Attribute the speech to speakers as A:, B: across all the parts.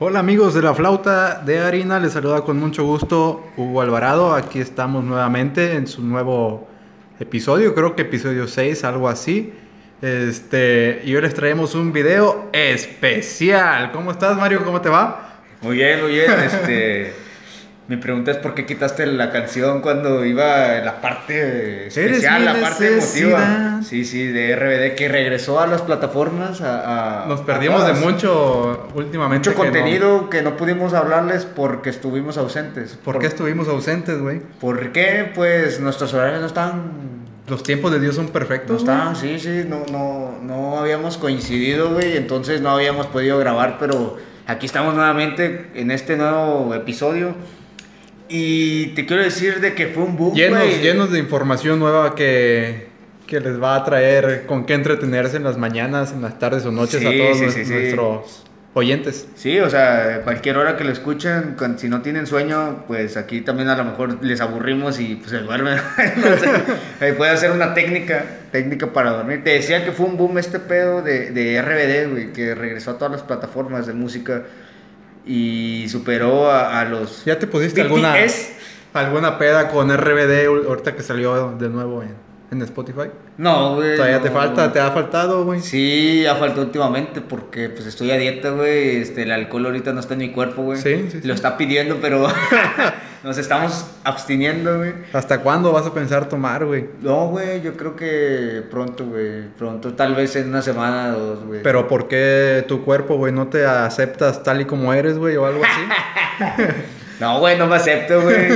A: Hola amigos de la flauta de harina, les saluda con mucho gusto Hugo Alvarado, aquí estamos nuevamente en su nuevo episodio, creo que episodio 6, algo así. Este, y hoy les traemos un video especial. ¿Cómo estás Mario? ¿Cómo te va?
B: Muy bien, muy bien. Este, mi pregunta es por qué quitaste la canción cuando iba la parte especial,
A: mi
B: la parte
A: necesidad.
B: emotiva. Sí, sí, de RBD que regresó a las plataformas. A, a-
A: Nos
B: a
A: perdimos de
B: todas.
A: mucho últimamente.
B: Mucho
A: que no-
B: contenido que no pudimos hablarles porque estuvimos ausentes.
A: ¿Por qué estuvimos ausentes, güey?
B: ¿Por qué? Pues nuestros horarios no estaban.
A: Los tiempos de Dios son perfectos.
B: No
A: güey.
B: estaban, sí, sí, no, no, no habíamos coincidido, güey, entonces no habíamos podido grabar, pero aquí estamos nuevamente en este nuevo episodio. Y te quiero decir de que fue un boom,
A: llenos,
B: güey.
A: llenos de información nueva que, que les va a traer con qué entretenerse en las mañanas, en las tardes o noches
B: Sí,
A: a todos
B: sí,
A: nues-
B: sí, sí.
A: nuestros oyentes.
B: Sí, o sea, cualquier hora que lo escuchen, con- si no tienen sueño, pues aquí también a lo mejor les aburrimos y pues se duermen. No sé. Eh, Puede ser una técnica, técnica para dormir. Te decía que fue un boom este pedo de, de RBD, güey, que regresó a todas las plataformas de música y superó a, a los...
A: ¿Ya te pusiste alguna,
B: BTS?
A: alguna peda con RBD ul- ahorita que salió de nuevo en, en Spotify?
B: No, güey.
A: ¿Todavía
B: no,
A: te falta?
B: güey.
A: ¿Te ha faltado, güey?
B: Sí, ha faltado últimamente porque pues estoy a dieta, güey. Este, el alcohol ahorita no está en mi cuerpo, güey.
A: Sí, sí, sí.
B: Lo está pidiendo, pero nos estamos abstiniendo, güey.
A: ¿Hasta cuándo vas a pensar tomar, güey?
B: No, güey, yo creo que pronto, güey. Pronto, tal vez en una semana o dos, güey.
A: Pero ¿por qué tu cuerpo, güey, no te aceptas tal y como eres, güey, o algo así?
B: No, güey, no me acepto, güey.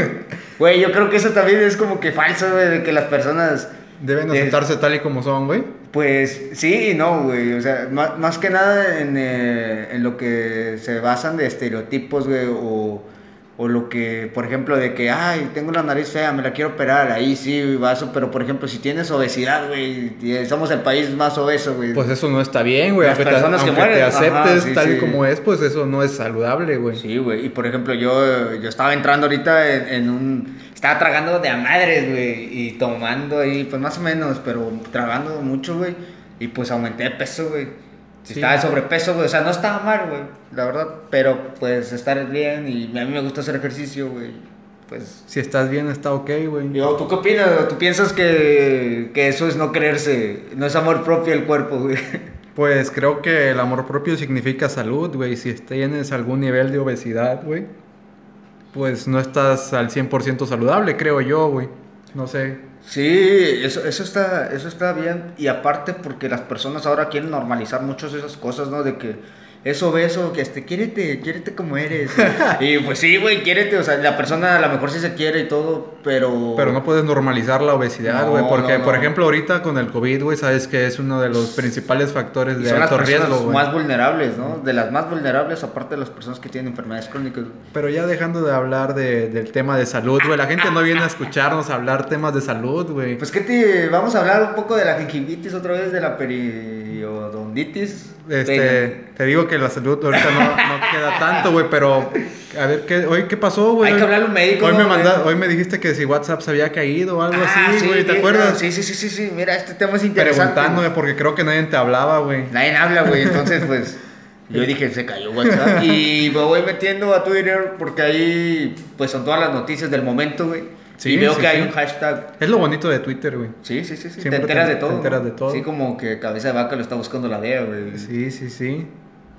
B: Güey, yo creo que eso también es como que falso, güey, de que las personas...
A: Deben
B: Eh,
A: aceptarse tal y como son, güey.
B: Pues sí y no, güey. O sea, más, más que nada en, eh, en lo que se basan de estereotipos, güey, o, o lo que, por ejemplo, de que, ay, tengo la nariz fea, me la quiero operar, ahí sí, vaso, pero por ejemplo, si tienes obesidad, güey, y somos el país más obeso, güey.
A: Pues eso no está bien, güey.
B: Las
A: Aunque, te,
B: personas que
A: aunque te
B: mueren, ajá,
A: aceptes
B: sí,
A: tal y
B: sí.
A: como es, pues eso no es saludable, güey.
B: Sí, güey. Y por ejemplo, yo, yo estaba entrando ahorita en, en un. Estaba tragando de a madres, güey. Y tomando ahí, pues más o menos, pero tragando mucho, güey. Y pues aumenté de peso, güey.
A: Sí.
B: Estaba de sobrepeso, güey. O sea, no estaba mal, güey. La verdad. Pero pues estar bien y a mí me gusta hacer ejercicio, güey. Pues.
A: Si estás bien, está ok, güey.
B: Yo, ¿tú qué opinas? güey? ¿Tú piensas que, que eso es no creerse? No es amor propio el cuerpo, güey.
A: Pues creo que el amor propio significa salud, güey. Si tienes algún nivel de obesidad, güey, pues no estás al 100% saludable, creo yo, güey. No sé.
B: Sí, eso, eso, está, eso está bien. Y aparte porque las personas ahora quieren normalizar muchas de esas cosas, ¿no? De que es obeso, que este, quiérete, quiérete como eres. y pues sí, güey, quiérete. O sea, la persona a lo mejor sí se quiere y todo, pero...
A: Pero no puedes normalizar la obesidad,
B: No,
A: güey. porque,
B: no, no.
A: por ejemplo, ahorita con el COVID, güey, sabes que es uno de los principales factores
B: Y
A: de
B: son las
A: alto
B: personas
A: riesgo, güey.
B: más vulnerables, ¿no? De las más vulnerables, aparte de las personas que tienen enfermedades crónicas.
A: Pero ya dejando de hablar de- del tema de salud, güey. La gente no viene a escucharnos hablar temas de salud, güey.
B: Pues, ¿qué te...? Vamos a hablar un poco de la gingivitis otra vez, de la periodontitis.
A: Este, te digo que la salud ahorita no, no queda tanto, güey, pero a ver qué hoy qué pasó, güey.
B: Hay que hablar un médico,
A: Hoy
B: ¿no,
A: me
B: güey?
A: manda- hoy me dijiste que si WhatsApp se había caído o algo
B: Ah,
A: así,
B: sí,
A: güey, ¿te
B: sí,
A: acuerdas?
B: Sí, sí, sí, sí, sí, mira, este tema es interesante.
A: Preguntándome porque creo que nadie te hablaba, güey.
B: Nadie habla, güey, entonces pues yo dije, se cayó WhatsApp y me voy metiendo a Twitter porque ahí pues son todas las noticias del momento, güey.
A: Sí,
B: y veo
A: sí,
B: que hay
A: sí.
B: un hashtag.
A: Es lo bonito de Twitter, güey.
B: Sí, sí, sí, sí. Te
A: Siempre
B: enteras
A: te-
B: de todo.
A: te enteras
B: ¿no?
A: de todo.
B: Sí, como que cabeza de vaca lo está buscando la DEA, güey.
A: Sí, sí, sí.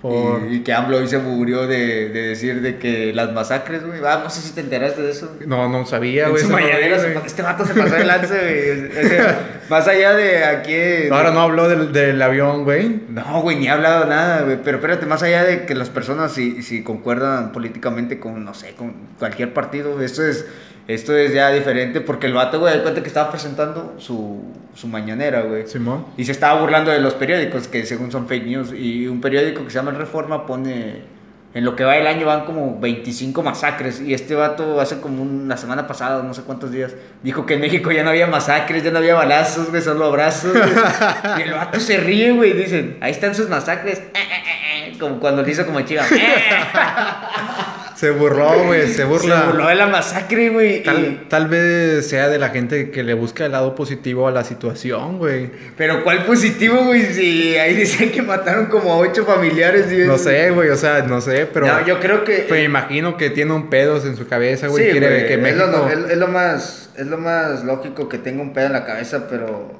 A: Por
B: Y, y que AMLO hoy se murió de, de decir de que las masacres, güey. Ah, no sé si te enteraste de eso.
A: No, no sabía,
B: En
A: güey.
B: su
A: eso no lo vi,
B: mañanera se
A: güey.
B: pa- este vato se pasó de lance, güey. O sea, más allá de aquí.
A: Ahora no habló del, del avión, güey.
B: No, güey, ni he hablado nada, güey. Pero espérate, más allá de que las personas si, si concuerdan políticamente con, no sé, con cualquier partido, esto es, esto es ya diferente porque el vato, güey, da cuenta que estaba presentando su, su mañanera, güey.
A: Simón.
B: Y se estaba burlando de los periódicos que según son fake news. Y un periódico que se llama El Reforma pone, en lo que va el año van como 25 masacres. Y este vato hace como una semana pasada, no sé cuántos días, dijo que en México ya no había masacres, ya no había balazos, güey, solo abrazos. güey. y el vato se ríe, güey, y Eh, dicen, ahí están sus masacres. Como cuando le hizo como chiva.
A: Sí, Se burló, güey, se burla.
B: Eh, Se burló de la masacre, güey. y-
A: Tal, tal vez sea de la gente que le busca el lado positivo a la situación, güey.
B: Pero ¿cuál positivo, güey? Si ahí dicen que mataron como a ocho familiares. y-
A: No sé, güey, o sea, no sé, pero
B: No, yo creo que...
A: me imagino que tiene un pedo en su cabeza, güey. quiere
B: güey,
A: que
B: es, lo,
A: México...
B: no- es- es lo más, es lo más lógico que tenga un pedo en la cabeza, pero,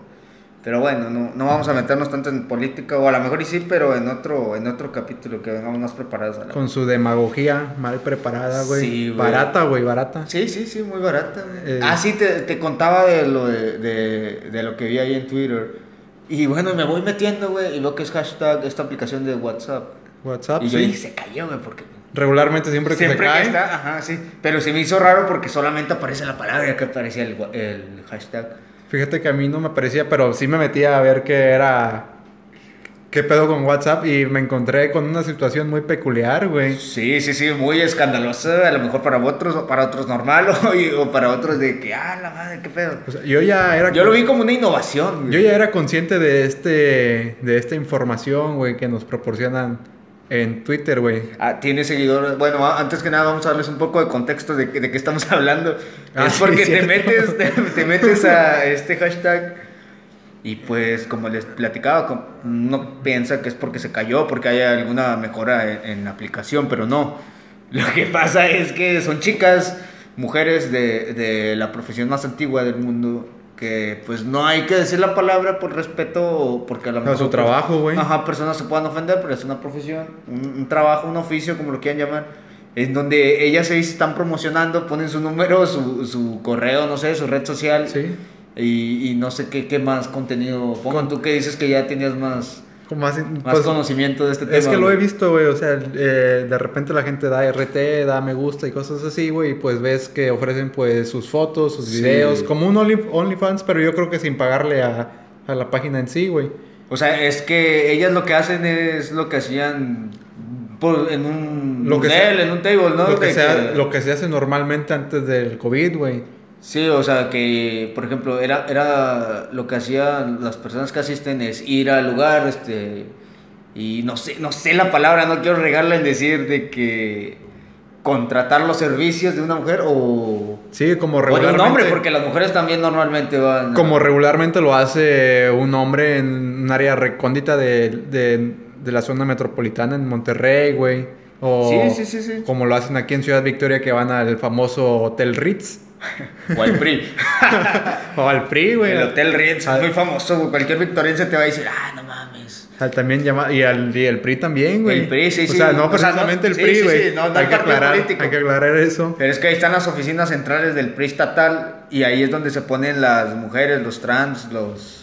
B: pero bueno, no, no vamos a meternos tanto en política, o a lo mejor y sí, pero en otro, en otro capítulo que vengamos más preparados. A la...
A: Con su demagogía mal preparada, güey.
B: Sí, güey.
A: Barata, güey, barata.
B: Sí, sí, sí, muy barata. güey.
A: Eh.
B: Ah, sí, te, te contaba de lo, de, de- de lo que vi ahí en Twitter. Y bueno, me voy metiendo, güey, y veo que es hashtag esta aplicación de WhatsApp.
A: WhatsApp,
B: y yo
A: Ah, sí.
B: dije, se cayó, güey, porque...
A: Regularmente siempre que
B: Siempre
A: se
B: que
A: cae.
B: está, ajá, sí. Pero se me hizo raro porque solamente aparece la palabra que aparecía el, wa- el hashtag.
A: Fíjate que a mí no me parecía, pero sí me metía a ver qué era. ¿Qué pedo con WhatsApp? Y me encontré con una situación muy peculiar, güey.
B: Sí, sí, sí, muy escandalosa, a lo mejor para otros, o para otros normal, o, y- o para otros de que, ah, la madre, qué pedo.
A: O sea, yo ya era.
B: Yo lo vi como una innovación.
A: Yo
B: güey.
A: ya era consciente de este. de esta información, güey, que nos proporcionan en Twitter, güey.
B: Ah, tiene seguidores. Bueno, a- antes que nada vamos a darles un poco de contexto de, que- de qué estamos hablando.
A: Ah,
B: es
A: sí,
B: porque te
A: cierto.
B: metes, te, te metes a este hashtag y pues como les platicaba, com- uno piensa que es porque se cayó, porque hay alguna mejora en, en la aplicación, pero no. Lo que pasa es que son chicas, mujeres de, de la profesión más antigua del mundo, que pues no hay que decir la palabra por respeto o porque a lo
A: A
B: mejor... pues,
A: su trabajo, güey.
B: Ajá, personas se puedan ofender, pero es una profesión, un, un trabajo, un oficio, como lo quieran llamar, en donde ellas se están promocionando, ponen su número, su, su correo, no sé, su red social
A: Sí.
B: y, y no sé qué, qué más contenido pongan. Tú que dices que ya tenías más,
A: Como así,
B: más
A: pues,
B: conocimiento de este tema.
A: Es que lo
B: güey.
A: he visto, güey. O sea, eh, de repente la gente da RT, da me gusta y cosas así, güey. Y pues ves que ofrecen pues sus fotos, sus
B: Sí.
A: videos, como un Only- OnlyFans, pero yo creo que sin pagarle a, a la página en sí, güey.
B: O sea, es que ellas lo que hacen es lo que hacían por- en un
A: Lo que
B: hotel,
A: sea-
B: en un table, ¿no?
A: lo, que
B: De
A: sea- lo que se hace normalmente antes del COVID, güey.
B: Sí, o sea que, por ejemplo, era, era lo que hacían las personas que asisten es ir al lugar, este, y no sé, no sé la palabra, no quiero regarla en decir de que contratar los servicios de una mujer o,
A: Sí, como
B: o de un
A: regularmente.
B: hombre, porque las mujeres también normalmente van. a-
A: Como regularmente lo hace un hombre en un área recóndita de, de- de la zona metropolitana en Monterrey, güey. O
B: Sí, sí, sí, sí.
A: Como lo hacen aquí en Ciudad Victoria, que van al famoso Hotel Ritz.
B: O el PRI.
A: O al PRI, güey.
B: el Hotel Ritz,
A: Al-
B: es muy famoso, güey, cualquier victoriense te va a decir, ah, no mames.
A: al también llama- y, al, y el PRI también, güey.
B: El PRI, sí,
A: o
B: sí.
A: sea, no
B: O sea,
A: precisamente
B: no-
A: el
B: sí,
A: PRI,
B: sí,
A: güey.
B: sí, no- no
A: hay,
B: el
A: que
B: partido
A: aclarar,
B: político.
A: hay que aclarar eso.
B: Pero es que ahí están las oficinas centrales del PRI estatal y ahí es donde se ponen las mujeres, los trans, los...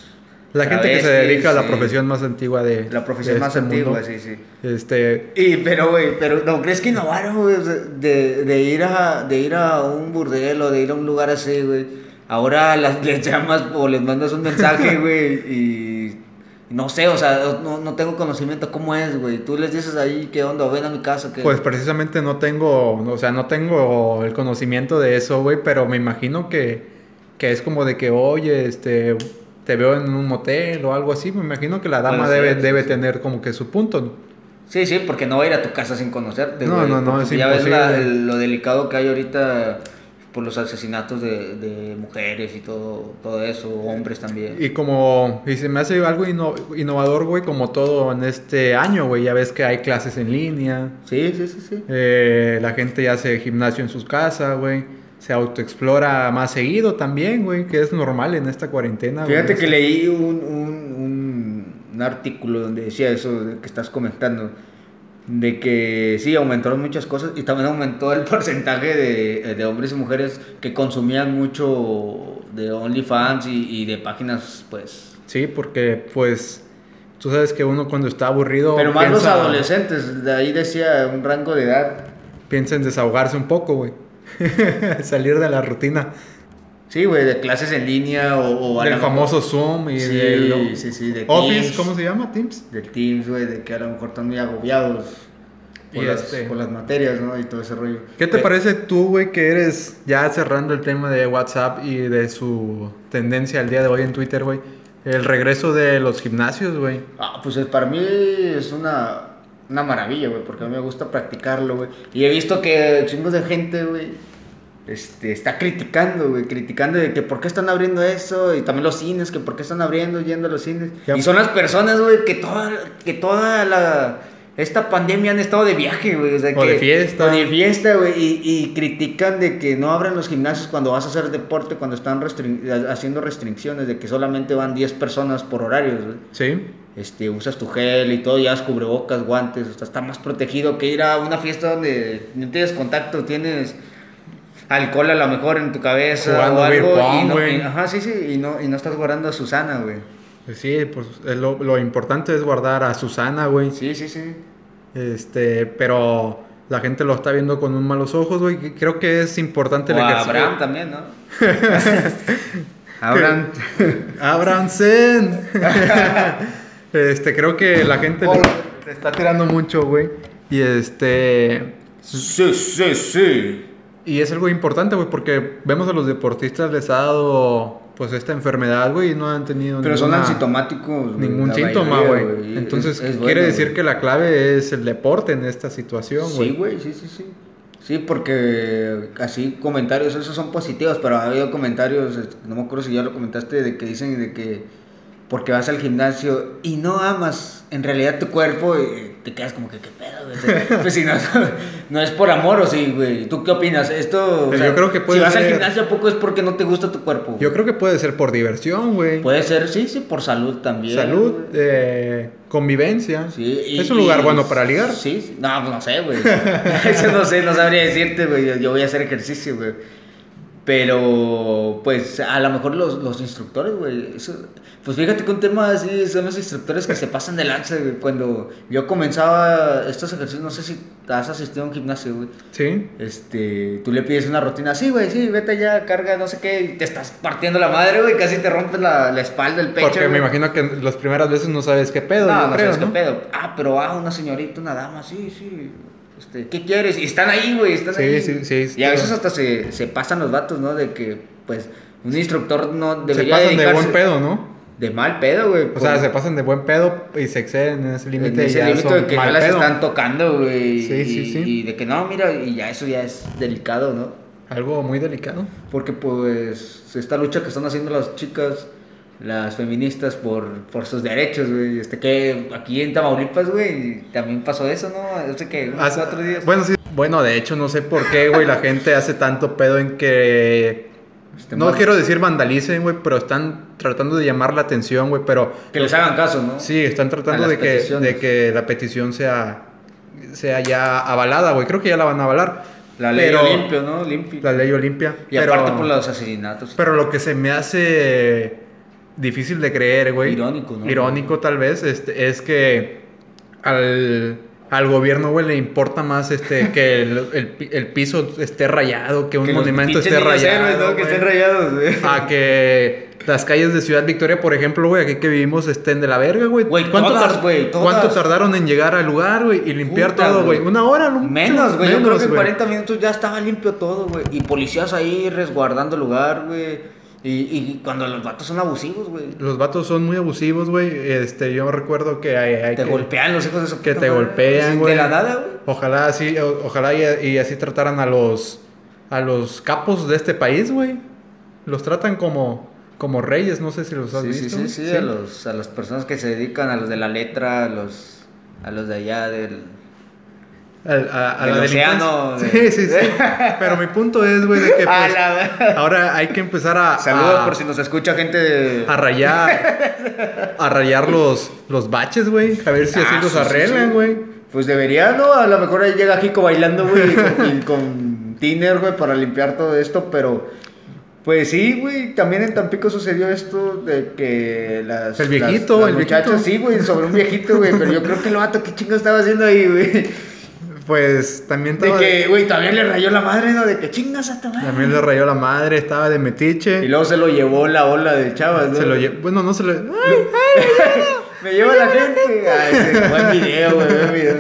A: La gente que se
B: travestis,
A: dedica a la
B: sí.
A: profesión más antigua de
B: La profesión
A: de
B: más
A: este
B: antigua,
A: mundo.
B: sí, sí.
A: Este,
B: Y, pero, güey, pero ¿no crees que innovaron, güey? O sea, De, de ir a, de ir a un burdel o de ir a un lugar así, güey. Ahora las, les llamas o les mandas un mensaje, güey, y no sé, o sea, no, no tengo conocimiento cómo es, güey. Tú les dices ahí qué onda, ven a mi casa, que...
A: pues precisamente no tengo, o sea, no tengo el conocimiento de eso, güey, pero me imagino que, que es como de que, oye, este, te veo en un motel o algo así. Me imagino que la dama
B: Puede ser,
A: debe,
B: sí,
A: debe
B: sí.
A: tener como que su punto. ¿no?
B: Sí, sí, porque no va a ir a tu casa sin conocerte.
A: No,
B: güey,
A: no, no,
B: porque
A: es
B: Ya ves la-
A: imposible.
B: el- lo delicado que hay ahorita por los asesinatos de, de mujeres y todo, todo eso, hombres también.
A: Y como, y se me hace algo inno- innovador, güey, como todo en este año, güey. Ya ves que hay clases en línea,
B: Sí, sí, sí, sí.
A: eh, la gente ya hace gimnasio en sus casas, güey. Se autoexplora más seguido también, güey, que es normal en esta cuarentena. güey.
B: Fíjate que leí un, un- un- un artículo donde decía eso de que estás comentando, de que sí, aumentaron muchas cosas y también aumentó el porcentaje de, de hombres y mujeres que consumían mucho de OnlyFans y, y de páginas, pues...
A: Sí, porque pues tú sabes que uno cuando está aburrido
B: Pero más los
A: piensa,
B: adolescentes, de ahí decía un rango de edad.
A: piensa en desahogarse un poco, güey. Salir de la rutina.
B: Sí, güey, de clases en línea o, o a
A: Del
B: lo mejor-
A: famoso Zoom y
B: Sí,
A: del
B: sí, sí, de
A: Office,
B: Teams.
A: ¿cómo se llama? Teams.
B: de Teams, güey, de que a lo mejor están muy agobiados por,
A: Y
B: las,
A: este-
B: por las materias, ¿no? Y todo ese rollo.
A: ¿Qué te
B: Eh,
A: parece tú, güey, que eres ya cerrando el tema de WhatsApp y de su tendencia al día de hoy en Twitter, güey? El regreso de los gimnasios, güey.
B: Ah, pues eh, para mí es una una maravilla, güey, porque a mí me gusta practicarlo, güey. Y he visto que chingos de gente, güey, este, está criticando, güey, criticando de que por qué están abriendo eso, y también los cines, que por qué están abriendo, yendo a los cines.
A: Ya.
B: Y son las personas, güey, que toda, que toda la, esta pandemia han estado de viaje, güey. O, sea,
A: O
B: que-
A: de fiesta.
B: o de fiesta, güey, y, y critican de que no abren los gimnasios cuando vas a hacer deporte, cuando están restrin- haciendo restricciones, de que solamente van 10 personas por horarios, güey
A: Sí.
B: este, usas tu gel y todo, llevas cubrebocas, guantes, o sea, está más protegido que ir a una fiesta donde no tienes contacto, tienes alcohol a lo mejor en tu cabeza
A: Jugando
B: o
A: beer
B: algo
A: pong,
B: y no,
A: güey.
B: y- ajá, sí, sí, y no, y no estás guardando a Susana, güey.
A: Pues Sí, pues eh, lo, lo importante es guardar a Susana, güey.
B: Sí, sí, sí.
A: Este, pero la gente lo está viendo con un malos ojos, güey. que Creo que es importante
B: O
A: el
B: a
A: ejercicio.
B: Abraham también, ¿no? Abraham.
A: Abramsen. este, creo que la gente le,
B: Hola.
A: le está tirando mucho, güey. Y este.
B: Sí, sí, sí.
A: Y es algo importante, güey, porque vemos a los deportistas les ha dado, pues, esta enfermedad, güey, y no han tenido
B: Pero son
A: ninguna-
B: asintomáticos. güey,
A: ningún
B: la
A: síntoma,
B: mayoría,
A: güey.
B: y
A: Entonces,
B: es- es
A: quiere
B: bueno,
A: decir
B: güey.
A: que la clave es el deporte en esta situación, güey.
B: Sí, güey, sí, sí, sí. Sí, porque así comentarios, esos son positivos, pero ha habido comentarios, este, no me acuerdo si ya lo comentaste, de que dicen de que porque vas al gimnasio y no amas en realidad tu cuerpo, eh, te quedas como que, ¿qué pedo? güey? O sea, pues si no, no es por amor o sí, güey. ¿Tú qué opinas? Esto, o
A: Pues Yo creo que puede
B: si vas al
A: ser.
B: gimnasio, ¿a poco es porque no te gusta tu cuerpo? güey?
A: Yo creo que puede ser por diversión, güey.
B: Puede ser, sí, sí, por salud también.
A: Salud,
B: güey.
A: eh, convivencia.
B: Sí, y-
A: es un
B: y- pues,
A: lugar bueno para ligar.
B: Sí, sí. no, pues no sé, güey. Eso no sé, no sabría decirte, güey. Yo- Yo voy a hacer ejercicio, güey. Pero, pues, a lo mejor los, los instructores, güey. eso- Pues fíjate que un tema así son los instructores que se pasan de lanza, güey. Cuando yo comenzaba estos ejercicios, no sé si has asistido a un gimnasio, güey.
A: Sí.
B: Este, tú le pides una rutina, sí, güey, sí, vete ya, carga, no sé qué, y te estás partiendo la madre, güey, casi te rompes la, la espalda, el pecho.
A: Porque me
B: güey.
A: imagino que las primeras veces no sabes qué pedo.
B: No,
A: yo
B: no
A: creo,
B: sabes qué
A: ¿no?
B: pedo. Ah, pero ah, una señorita, una dama, sí, sí. Este, ¿Qué quieres? Y están ahí, güey, están
A: Sí,
B: ahí.
A: sí, sí,
B: Y a
A: claro.
B: veces hasta se, se pasan los vatos, ¿no? De que, pues, un instructor no
A: Se
B: debería
A: pasan de buen
B: dedicarse-
A: pedo, ¿no?
B: De mal pedo, güey.
A: O sea, se pasan de buen pedo y se exceden en ese límite.
B: límite
A: y
B: ese
A: ya
B: límite
A: son
B: de que no
A: mal
B: las
A: pedo.
B: están tocando, güey.
A: Sí, sí,
B: y-
A: sí.
B: Y de que no, mira, y ya eso ya es delicado, ¿no?
A: Algo muy delicado.
B: Porque pues esta lucha que están haciendo las chicas, las feministas por, por sus derechos, güey. Este que aquí en Tamaulipas, güey, también pasó eso, ¿no? Yo sé que unos
A: Hace-
B: cuatro días.
A: Bueno, sí. Bueno, de hecho, no sé por qué, güey, la gente hace tanto pedo en que.
B: este,
A: No
B: más-
A: quiero decir vandalicen, güey, pero están tratando de llamar la atención, güey, pero
B: que les hagan caso, ¿no?
A: Sí, están
B: A
A: tratando
B: las
A: de que,
B: peticiones.
A: de que la petición sea, sea ya avalada, güey. Creo que ya la van a avalar.
B: La ley
A: pero-
B: limpio, ¿no? Limpio.
A: La ley Olimpia.
B: y
A: pero,
B: aparte por los asesinatos.
A: pero lo que se me hace difícil de creer, güey.
B: Irónico, ¿no?
A: Irónico, tal vez, este, es que al, al gobierno, güey, le importa más este, que el, el pi- el piso esté rayado, que un
B: Que los
A: monumento
B: pinches
A: esté
B: niños
A: rayado.
B: héroes, ¿no? Que
A: güey
B: estén rayados, güey.
A: a que las calles de Ciudad Victoria, por ejemplo, güey, aquí que vivimos estén de la verga, güey.
B: Güey,
A: ¿Cuánto,
B: todas,
A: tar-
B: güey, todas.
A: cuánto tardaron en llegar al lugar, güey, y limpiar
B: Puta,
A: todo, güey?
B: güey.
A: Una hora, ¿no?
B: Menos, güey. Yo creo
A: Menos,
B: que en
A: güey.
B: 40 minutos ya estaba limpio todo, güey. Y policías ahí resguardando el lugar, güey. Y, y cuando los vatos son abusivos, güey.
A: Los vatos son muy abusivos, güey. Este, yo recuerdo que hay, hay
B: Te
A: que-
B: golpean los hijos de su
A: que
B: puta
A: te
B: madre.
A: golpean, güey.
B: De la nada, güey.
A: Ojalá así, o- ojalá y, y así trataran a los a los capos de este país, güey. Los tratan como como reyes, no sé si los has
B: Sí, sí,
A: visto.
B: sí, sí, A, los, a las personas que se dedican a los de la letra, a los, a los de allá del...
A: Al- a, a
B: Del
A: la
B: océano,
A: delincuencia. Sí, sí, sí. Pero mi punto es, güey, de que
B: A
A: pues,
B: Ah,
A: ah.
B: la-
A: ahora hay que empezar a.
B: Saludos
A: a-
B: por si nos escucha gente de...
A: a rayar. A rayar los, los baches, güey. A ver si así
B: Ah,
A: los
B: sí, sí,
A: arreglan,
B: sí.
A: güey.
B: Pues debería, ¿no? A lo mejor ahí llega Jico bailando, güey, y con- y con Tiner, güey, para limpiar todo esto, pero... Pues sí, güey, también en Tampico sucedió esto de que las...
A: El viejito,
B: las- las
A: el
B: muchachas,
A: viejito.
B: sí, güey, sobre un viejito, güey, pero yo creo que el vato, ¿qué chingo estaba haciendo ahí, güey?
A: Pues también
B: De
A: estaba.
B: que, güey, también le rayó la madre, ¿no? De que chingas a tu madre.
A: También le rayó la madre, estaba de metiche.
B: Y luego se lo llevó la ola de chavas, ¿no?
A: se lo lle- Bueno, no se lo. ¡Ay!
B: Me lleva la gente. Ay, sí, buen video, güey, buen video.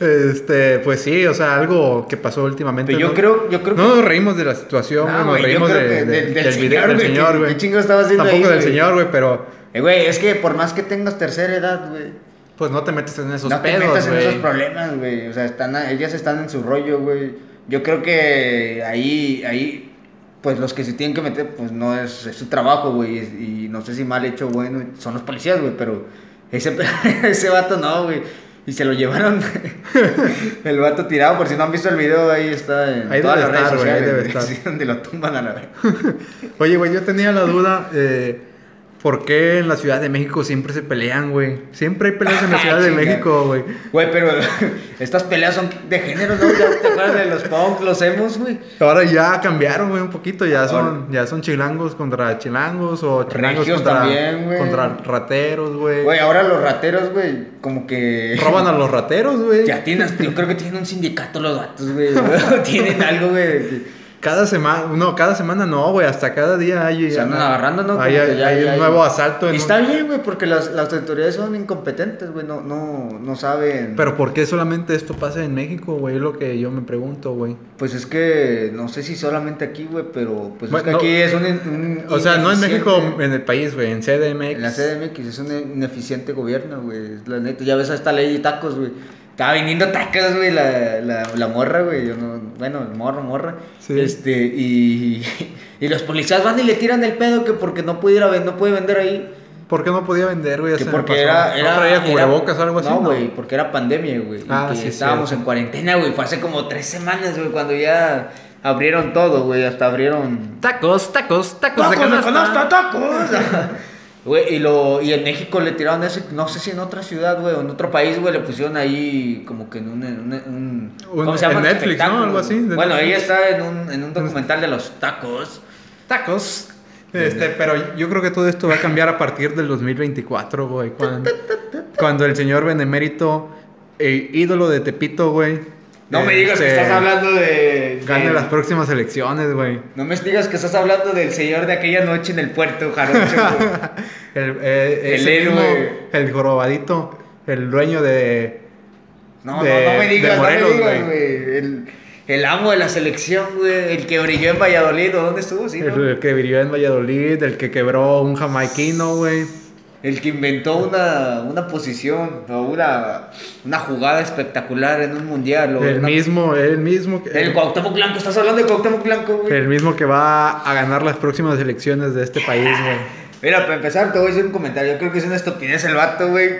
A: Este, pues sí, o sea, algo que pasó últimamente.
B: Pero Pues yo
A: ¿no?
B: creo, yo creo que.
A: No nos reímos de la situación,
B: No,
A: güey, nos
B: güey, yo
A: reímos
B: creo
A: de-
B: que
A: de-
B: del- del
A: del
B: señor,
A: video del
B: güey,
A: señor,
B: que-
A: güey.
B: qué chingo estaba haciendo
A: Tampoco
B: ahí,
A: del
B: güey.
A: señor, güey, pero
B: Eh, güey, es que por más que tengas tercera edad, güey.
A: pues no te metes en esos
B: no te
A: pedos,
B: metas en
A: güey.
B: esos problemas, güey. O sea, están, a- ellas están en su rollo, güey. Yo creo que ahí, ahí, pues los que se tienen que meter, pues no es, es su trabajo, güey. es- Y, no sé si mal hecho, bueno, son los policías, güey, pero ese, pe- ese vato no, güey. Y se lo llevaron el vato tirado, por si no han visto el video, ahí está en
A: Ahí
B: todas
A: debe
B: las redes
A: estar, güey, ahí
B: sociales,
A: debe
B: güey,
A: estar.
B: sí, donde lo tumban a la vez.
A: Oye, güey, yo tenía la duda, eh, ¿por qué en la Ciudad de México siempre se pelean, güey? Siempre hay peleas en la Ciudad de
B: Chinga.
A: México, güey.
B: Güey, pero estas peleas son de género, ¿no? ¿Ya te acuerdas de los punks, los emos, güey?
A: Ahora ya cambiaron, güey, un poquito, ya son,
B: Ahora-
A: ya son chilangos contra chilangos o chilangos
B: Regios
A: contra,
B: también, güey.
A: contra rateros,
B: Güey,
A: güey.
B: ahora los rateros, güey, como que.
A: Roban a los rateros, güey.
B: Ya tienen, yo creo que tienen un sindicato los gatos, güey. güey. tienen algo, güey. de que-
A: Cada semana, no, cada semana no, güey, hasta cada día hay...
B: Se andan agarrando, ¿no? Como
A: Hay,
B: que ya-
A: hay
B: ya
A: un
B: hay-
A: nuevo asalto. en
B: Y
A: un-
B: está bien, güey, porque las, las autoridades son incompetentes, güey. No, no, no saben.
A: Pero ¿por qué solamente esto pasa en México, güey? Es lo que yo me pregunto, güey.
B: Pues es que no sé si solamente aquí, güey, pero pues
A: Bueno,
B: es que
A: no-
B: aquí es un. in- un
A: O sea, no en
B: ineficiente-
A: México, en el país, güey, en CDMX.
B: En la CDMX es un ineficiente gobierno, güey. es La neta, ya ves a esta ley de tacos, güey. Estaba vendiendo tacos, güey, la, la, la morra, güey. Yo no, bueno, el morro, morra.
A: Sí.
B: Este, y, y los policías van y le tiran el pedo que porque no pudiera ven- no puede vender ahí.
A: ¿Por qué no podía vender, güey? Ya
B: Que
A: se me
B: porque
A: pasó.
B: era, era.
A: ¿No traía
B: era-
A: cubrebocas o algo así?
B: No, güey, porque era pandemia, güey. y
A: Ah,
B: que
A: sí,
B: Estábamos
A: cierto.
B: en cuarentena, güey. Fue hace como tres semanas, güey, cuando ya abrieron todo, güey. Hasta abrieron.
A: Tacos, tacos, tacos de
B: ¡Tacos Pues de
A: canasta.
B: canasta, tacos! Güey, y, lo, y en México le tiraron eso, no sé si en otra ciudad, güey, o en otro país, güey, le pusieron ahí como que en un... en un- un-
A: Un-
B: ¿Cómo se llama?
A: en Netflix, ¿no?
B: Espectáculo,
A: Algo así,
B: güey.
A: de
B: Bueno, ella
A: Netflix.
B: está en un, en un documental de los tacos.
A: Tacos. Este, pero yo creo que todo esto va a cambiar a partir del 2024, güey. Cuando, cuando el señor Benemérito, eh, ídolo de Tepito, güey.
B: No me digas que
A: este,
B: estás hablando de...
A: Gane
B: de-
A: las próximas elecciones, güey.
B: No me digas que estás hablando del señor de aquella noche en el puerto, Jarocho. güey.
A: El, eh,
B: El
A: ese mismo,
B: héroe.
A: el jorobadito, el dueño de.
B: No,
A: de-
B: no, no me
A: de
B: digas,
A: Morelos,
B: no me digas,
A: güey.
B: güey. El, el amo de la selección, güey, el que brilló en Valladolid, ¿o ¿dónde estuvo? Sí, ¿no?
A: El, el que vivió en Valladolid, el que quebró un jamaiquino, güey.
B: El que inventó una, una posición o una, una jugada espectacular en un mundial. o
A: El
B: una-
A: mismo, el mismo. que-
B: El Cuauhtémoc Blanco, estás hablando de Cuauhtémoc Blanco, güey.
A: El mismo que va a ganar las próximas elecciones de este país, güey.
B: Mira, para empezar, te voy a decir un comentario. Yo creo que es una estupidez el vato, güey.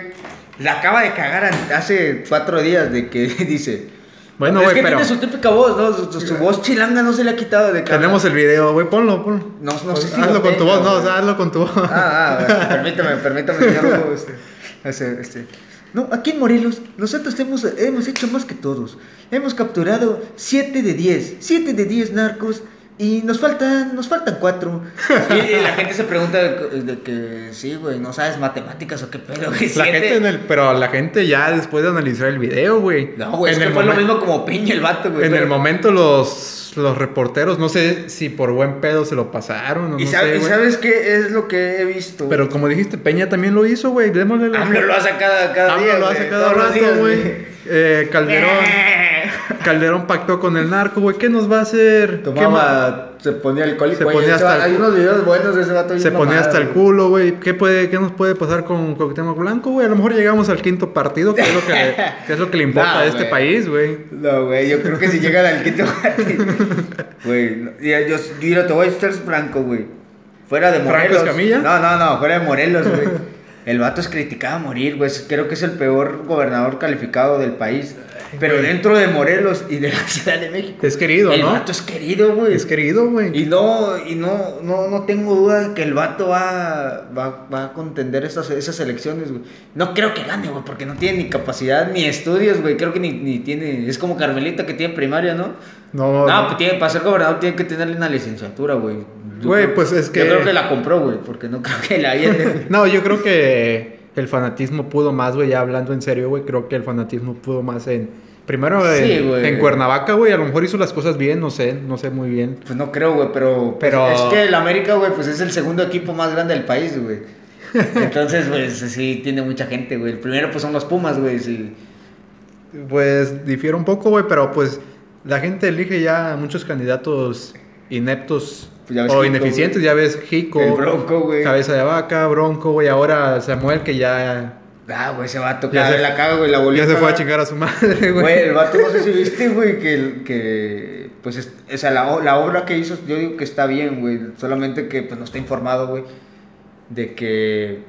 B: La acaba de cagar an- hace cuatro días de que dice.
A: Bueno,
B: es
A: güey,
B: que
A: pero
B: tiene su típica voz, ¿no? Su, su- su voz chilanga no se le ha quitado de cara.
A: tenemos el video, güey, ponlo, ponlo.
B: No, no sé si
A: hazlo
B: lo
A: con tu
B: tenga,
A: voz, no,
B: güey.
A: o sea, hazlo con tu voz.
B: Ah, ah, bueno, permítame, permítame. yo lo- este, este, este. No, aquí en Morelos nosotros hemos, hemos hecho más que todos. Hemos capturado 7 de 10, 7 de 10 narcos y nos faltan nos faltan 4. Y, y la gente se pregunta de, de que sí, güey, no sabes matemáticas o qué pedo, güey.
A: la
B: siete.
A: gente en el, pero la gente ya después de analizar el video, güey.
B: No, güey, es
A: en
B: que
A: el
B: fue lo
A: momen-
B: mismo como Peña el vato, güey.
A: En
B: pero-
A: el momento los, los reporteros, no sé si por buen pedo se lo pasaron o
B: ¿Y,
A: no
B: sabe-
A: sé,
B: y
A: güey.
B: sabes qué es lo que he visto?
A: Pero como dijiste, Peña también lo hizo, güey. Démosle la...
B: AMLO lo hace cada, cada
A: AMLO
B: día.
A: lo
B: güey,
A: hace cada
B: todos los días,
A: rato, güey. Eh, Calderón, Calderón pactó con el narco, güey. ¿Qué nos va a hacer? ¿Qué ma-
B: Tomaba, se ponía alcohólico.
A: Se
B: güey,
A: ponía
B: ese
A: hasta
B: va-
A: el
B: Hay unos videos buenos de ese vato.
A: Se
B: bien
A: ponía
B: mamado,
A: hasta el
B: güey.
A: culo, güey. ¿Qué, puede, ¿Qué nos puede pasar con Cuauhtémoc Blanco, güey? A lo mejor llegamos al quinto partido, que es lo que, que es lo que le importa
B: No,
A: a este
B: güey.
A: país, güey.
B: No, güey, yo creo que si llegan al quinto partido. Güey, no, ya, yo, yo mira, te voy a ser franco, güey. Fuera de
A: ¿Franco
B: Morelos.
A: Escamilla?
B: No, no, no, fuera de Morelos, güey. El vato es criticado a morir, güey. Creo que es el peor gobernador calificado del país. Pero
A: güey.
B: dentro de Morelos y de la Ciudad de México.
A: Es querido,
B: el
A: ¿no?
B: vato es querido, güey.
A: Es querido, güey.
B: Y no, y no, no, no tengo duda de que el vato va, va, va a contender esas, esas elecciones, güey. No creo que gane, güey, porque no tiene ni capacidad ni estudios, güey. Creo que ni, ni tiene. Es como Carmelita que tiene primaria, ¿no?
A: No,
B: No,
A: no.
B: pues tiene, para ser gobernador tiene que tenerle una licenciatura, güey. Yo
A: Güey,
B: creo-
A: pues, es que-
B: Yo creo que la compró, güey, porque no creo que la haya.
A: No, yo creo que el fanatismo pudo más, güey. Ya hablando en serio, güey, creo que el fanatismo pudo más en. Primero
B: Sí,
A: en,
B: güey.
A: en Cuernavaca, güey. A lo mejor hizo las cosas bien, no sé, no sé muy bien.
B: pues no creo, güey, pero, pues,
A: Pero-
B: Es que el América, güey, pues es el segundo equipo más grande del país, güey. Entonces, pues sí, tiene mucha gente, güey. El primero, pues son los Pumas, güey. sí.
A: Pues difiere un poco, güey, pero pues la gente elige ya muchos candidatos ineptos
B: Pues ya ves
A: o
B: Jico,
A: ineficientes.
B: güey.
A: Ya ves Jico,
B: El Bronco, güey.
A: Cabeza de Vaca, Bronco, güey. Ahora Samuel, que ya
B: Ah, güey, ese vato,
A: Ya
B: cada
A: se-
B: vez la caga, güey, la bolita.
A: Ya se fue a
B: güey.
A: chingar a su madre, güey.
B: Güey, el vato, no sé si viste, güey, que, el- que pues, es- o sea, la, o- la obra que hizo, yo digo que está bien, güey, solamente que, pues, no está informado, güey, de que,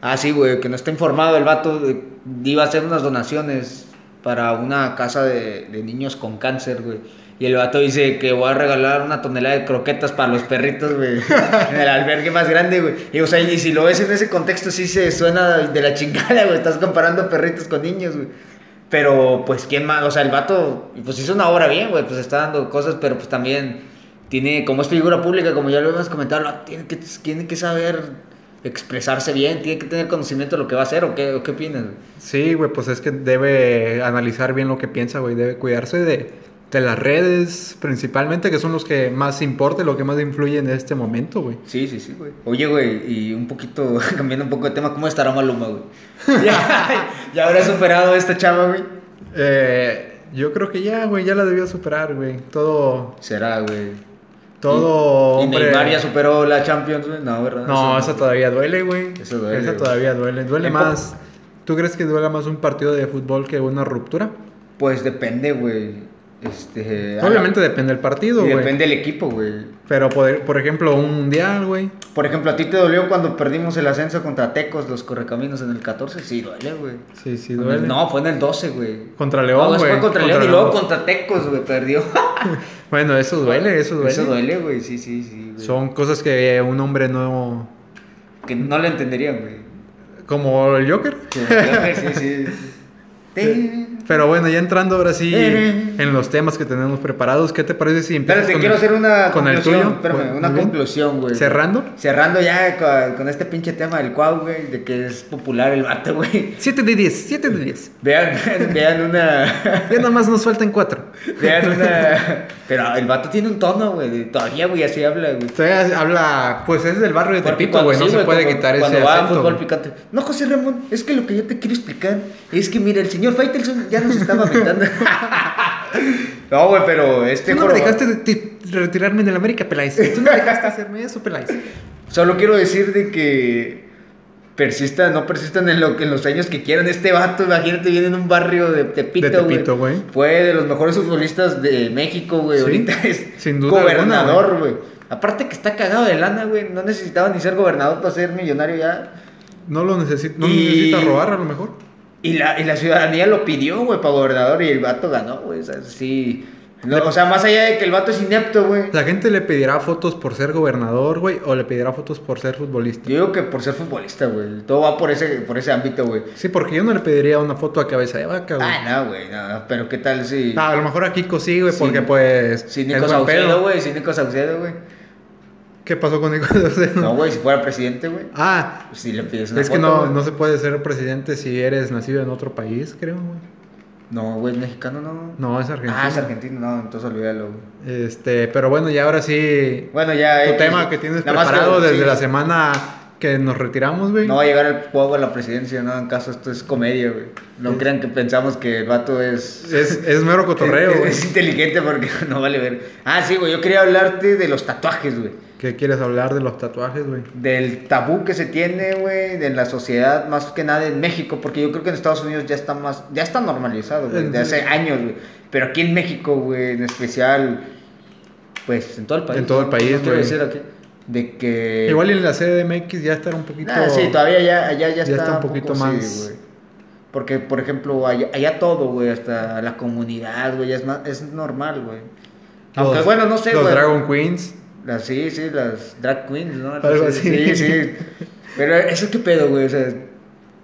B: ah, sí, güey, que no está informado el vato, de- iba a hacer unas donaciones para una casa de, de niños con cáncer, güey. Y el vato dice que voy a regalar una tonelada de croquetas para los perritos, güey. En el albergue más grande, güey. Y, o sea, y si lo ves en ese contexto, sí se suena de la chingada, güey. Estás comparando perritos con niños, güey. Pero, pues, ¿quién más? O sea, el vato, pues, hizo una obra bien, güey, pues, está dando cosas, pero, pues, también tiene, como es figura pública, como ya lo hemos comentado, lo- tiene que, tiene que saber expresarse bien, tiene que tener conocimiento de lo que va a hacer, ¿o qué, o qué opinas? güey?
A: Sí, güey, pues es que debe analizar bien lo que piensa, güey. Debe cuidarse de, de las redes, principalmente, que son los que más importan, lo que más influye en este momento, güey.
B: Sí, sí, sí, güey. Oye, güey, y un poquito, cambiando un poco de tema, ¿cómo estará Maluma, güey? ya, ya habrá superado a esta chava, güey.
A: Eh, yo creo que ya, güey, ya la debió superar, güey. Todo,
B: Será, güey.
A: todo
B: ¿Y
A: hombre...
B: Neymar ya superó la Champions, güey? No, ¿verdad?
A: No,
B: Eso
A: esa todavía duele, güey.
B: Eso duele,
A: Esa
B: güey.
A: todavía duele. Duele
B: En
A: más. ¿Tú crees que duela más un partido de fútbol que una ruptura?
B: Pues depende, güey. Este, a la-
A: Obviamente depende del partido,
B: Y
A: güey.
B: depende del equipo, güey.
A: Pero, por, por ejemplo, un mundial, güey.
B: Por ejemplo, ¿a ti te dolió cuando perdimos el ascenso contra Tecos, los Correcaminos en el 14? Sí, duele, güey.
A: Sí, sí, duele.
B: No, fue en el 12, güey.
A: Contra
B: No,
A: León, güey.
B: fue contra, León y luego
A: León.
B: contra Tecos, güey, perdió.
A: Bueno, eso duele, eso duele.
B: Eso duele, güey, sí, sí, sí. güey.
A: Son cosas que un hombre no...
B: Que no lo entenderían, güey.
A: Como el Joker.
B: Sí, sí, sí. Te-
A: Pero bueno, ya entrando ahora sí
B: Eh.
A: en los temas que tenemos preparados, ¿qué te parece si empiezas
B: Espérate,
A: con
B: quiero
A: el-
B: hacer una
A: con el
B: conclusión.
A: tuyo? pues,
B: espérame,
A: Muy
B: una
A: bien.
B: conclusión, güey.
A: ¿Cerrando?
B: Cerrando ya con, con este pinche tema del cuau, güey, de que es popular el vato, güey.
A: 7 de 10, 7 de 10.
B: Vean, vean una.
A: Ya nada más nos faltan 4.
B: Vean una. Pero el vato tiene un tono, güey. Todavía, güey, así habla, güey.
A: Usted habla, pues es del barrio de
B: Porque
A: Tepito,
B: cuando-
A: güey, no
B: sí,
A: se puede
B: cuando-
A: quitar ese
B: cuando va a
A: acento.
B: fútbol
A: güey.
B: picante. No, José Ramón, es que lo que yo te quiero explicar es que, mira, el señor Faitelson ya nos estaba aventando. no, güey, pero este.
A: Tú no me
B: joroba-
A: dejaste de- de- de retirarme del América, Peláez. Tú no me dejaste hacerme eso, Peláez.
B: Solo quiero decir de que persistan, no persistan en, lo, en los años que quieran. Este vato, imagínate, viene en un barrio de Tepito,
A: De Tepito, güey.
B: Fue de los mejores futbolistas de México, güey.
A: Sí,
B: Ahorita es
A: sin duda
B: gobernador, güey. Aparte que está cagado de lana, güey. No necesitaba ni ser gobernador para ser millonario ya.
A: No lo necesito, no
B: Y-
A: necesita robar a lo mejor.
B: Y la, y la ciudadanía lo pidió, güey, para gobernador y el vato ganó, güey. O sea, sí. No, o sea, más allá de que el vato es inepto, güey.
A: La gente le pedirá fotos por ser gobernador, güey, o le pedirá fotos por ser futbolista.
B: Yo digo que por ser futbolista, güey. Todo va por ese, por ese ámbito, güey.
A: Sí, porque yo no le pediría una foto a cabeza de vaca, güey.
B: Ah, no, güey, no, no, pero qué tal si.
A: Ah, a lo mejor a Kiko sí, güey,
B: Sí.
A: porque pues.
B: si
A: es
B: Nico
A: buen
B: Saucedo,
A: pedo.
B: güey, si Nico Saucedo, güey.
A: ¿Qué pasó con Nico Saucedo?
B: No, güey, si fuera presidente, güey.
A: Ah,
B: Si le pides una
A: es que
B: foto,
A: no,
B: güey.
A: no se puede ser presidente si eres nacido en otro país, creo, güey.
B: No, güey, es mexicano, no.
A: No, es argentino.
B: Ah, es argentino, no, entonces olvídalo, güey.
A: Este, pero bueno, ya ahora sí.
B: Bueno, ya.
A: tu
B: eh,
A: tema que tienes
B: nada más
A: preparado
B: que-
A: desde
B: sí,
A: la
B: sí.
A: semana que nos retiramos, güey.
B: No va a llegar el juego a la presidencia, no, en caso esto es comedia, güey. No crean que pensamos que el vato es.
A: Es, es mero cotorreo,
B: es,
A: güey.
B: es inteligente porque no vale ver. Ah, sí, güey, yo quería hablarte de los tatuajes, güey.
A: ¿Qué quieres hablar de los tatuajes, güey?
B: del tabú que se tiene, güey, de la sociedad, más que nada en México, porque yo creo que en Estados Unidos ya está más, ya está normalizado, güey, de hace años, güey. Pero aquí en México, güey, en especial, pues en todo el país.
A: En todo el
B: ¿no?
A: país,
B: No quiero
A: güey.
B: decir aquí, de que...
A: Igual en la CDMX ya estará un poquito.
B: Ah, sí, todavía ya, allá ya, está,
A: está un poquito
B: sí,
A: más-
B: güey. porque, por ejemplo, allá, allá todo, güey, hasta la comunidad, güey, es, más- es normal, güey. Aunque
A: Los-
B: bueno, no sé,
A: Los
B: güey.
A: Dragon Queens.
B: Las, sí, sí, las drag queens, ¿no?
A: Algo
B: Sí,
A: así.
B: Sí, sí. Pero eso qué pedo, güey. O sea,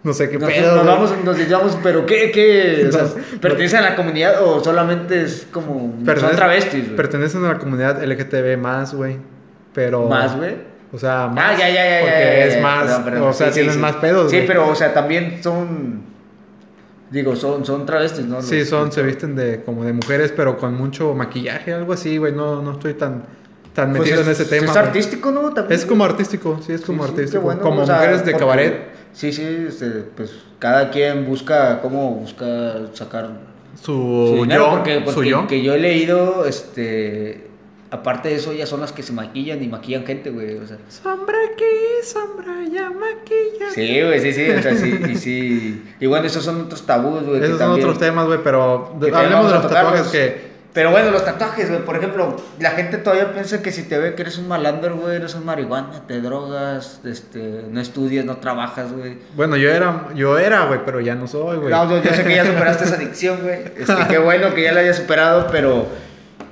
A: No sé qué
B: nos,
A: pedo.
B: nos
A: güey.
B: vamos, nos llevamos, pero qué, qué. O sea,
A: Nos-
B: ¿Pertenece a la comunidad o solamente es como.
A: Pertenece-
B: son travestis, güey?
A: Pertenecen a la comunidad LGTB más, güey. Pero.
B: Más, güey.
A: O sea,
B: Ah,
A: más.
B: ya, ya, ya. ya,
A: Porque
B: ya, ya,
A: es
B: ya,
A: más.
B: perdón, perdón.
A: o sea,
B: Sí, sí,
A: tienen
B: sí.
A: más pedos,
B: Sí,
A: güey.
B: pero, o sea, también son. Digo, son, son travestis, ¿no?
A: Sí,
B: Los-
A: son, se visten de como de mujeres, pero con mucho maquillaje, algo así, güey. No, no estoy tan, tan
B: Pues
A: metido en ese tema.
B: Es
A: güey.
B: artístico, ¿no? También.
A: Es como artístico, sí, es como
B: Sí, sí, qué
A: artístico.
B: bueno,
A: como
B: o sea,
A: mujeres de
B: porque-
A: cabaret,
B: Sí, sí, este, pues cada quien busca cómo busca sacar
A: su,
B: su dinero,
A: yo,
B: porque,
A: su
B: porque
A: yo.
B: que yo he leído, este, Aparte de eso, ellas son las que se maquillan y maquillan gente, güey. O sea.
A: Sombra aquí, sombra ya maquilla.
B: Sí, güey, sí, sí, o sea, sí, y sí. Y bueno, esos son otros tabús, güey. que
A: Esos son
B: también-
A: otros temas, güey, pero
B: que también
A: hablemos
B: vamos
A: de
B: a
A: los
B: tocarlos.
A: tatuajes que...
B: Pero bueno, los tatuajes, güey, por ejemplo, la gente todavía piensa que si te ve que eres un malandro, güey, eres un marihuana, te drogas, este, no estudias, no trabajas, güey.
A: Bueno, yo era, yo era, güey, pero ya no soy, güey.
B: No, yo, yo sé que ya superaste esa adicción, güey. Este, qué bueno que ya la hayas superado, pero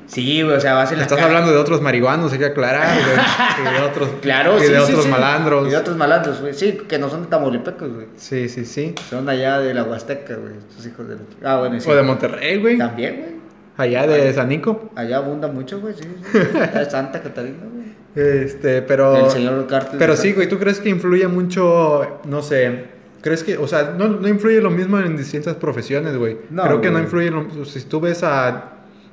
B: sí, güey, o sea, vas en la
A: Estás
B: calle.
A: hablando de otros marihuanos, hay que aclarar, güey. Y de otros,
B: Claro,
A: y
B: sí,
A: de
B: sí,
A: otros
B: sí.
A: malandros.
B: Y de otros malandros, güey. Sí, que no son de Tamaulipecos, güey.
A: Sí, sí, sí.
B: Son allá de la Huasteca, güey. Esos hijos de... la- Ah, bueno, y sí.
A: O de Monterrey, güey.
B: También, güey.
A: Allá de San Nico.
B: Allá abunda mucho, güey, sí. sí. Está de Santa Catarina, güey.
A: Este, pero.
B: El señor Cártel.
A: Pero
B: de
A: sí, güey, ¿tú crees que influye mucho, no sé, crees que, o sea, no, no influye lo mismo en distintas profesiones, güey?
B: No,
A: Creo que no
B: güey.
A: influye, lo- si tú ves a...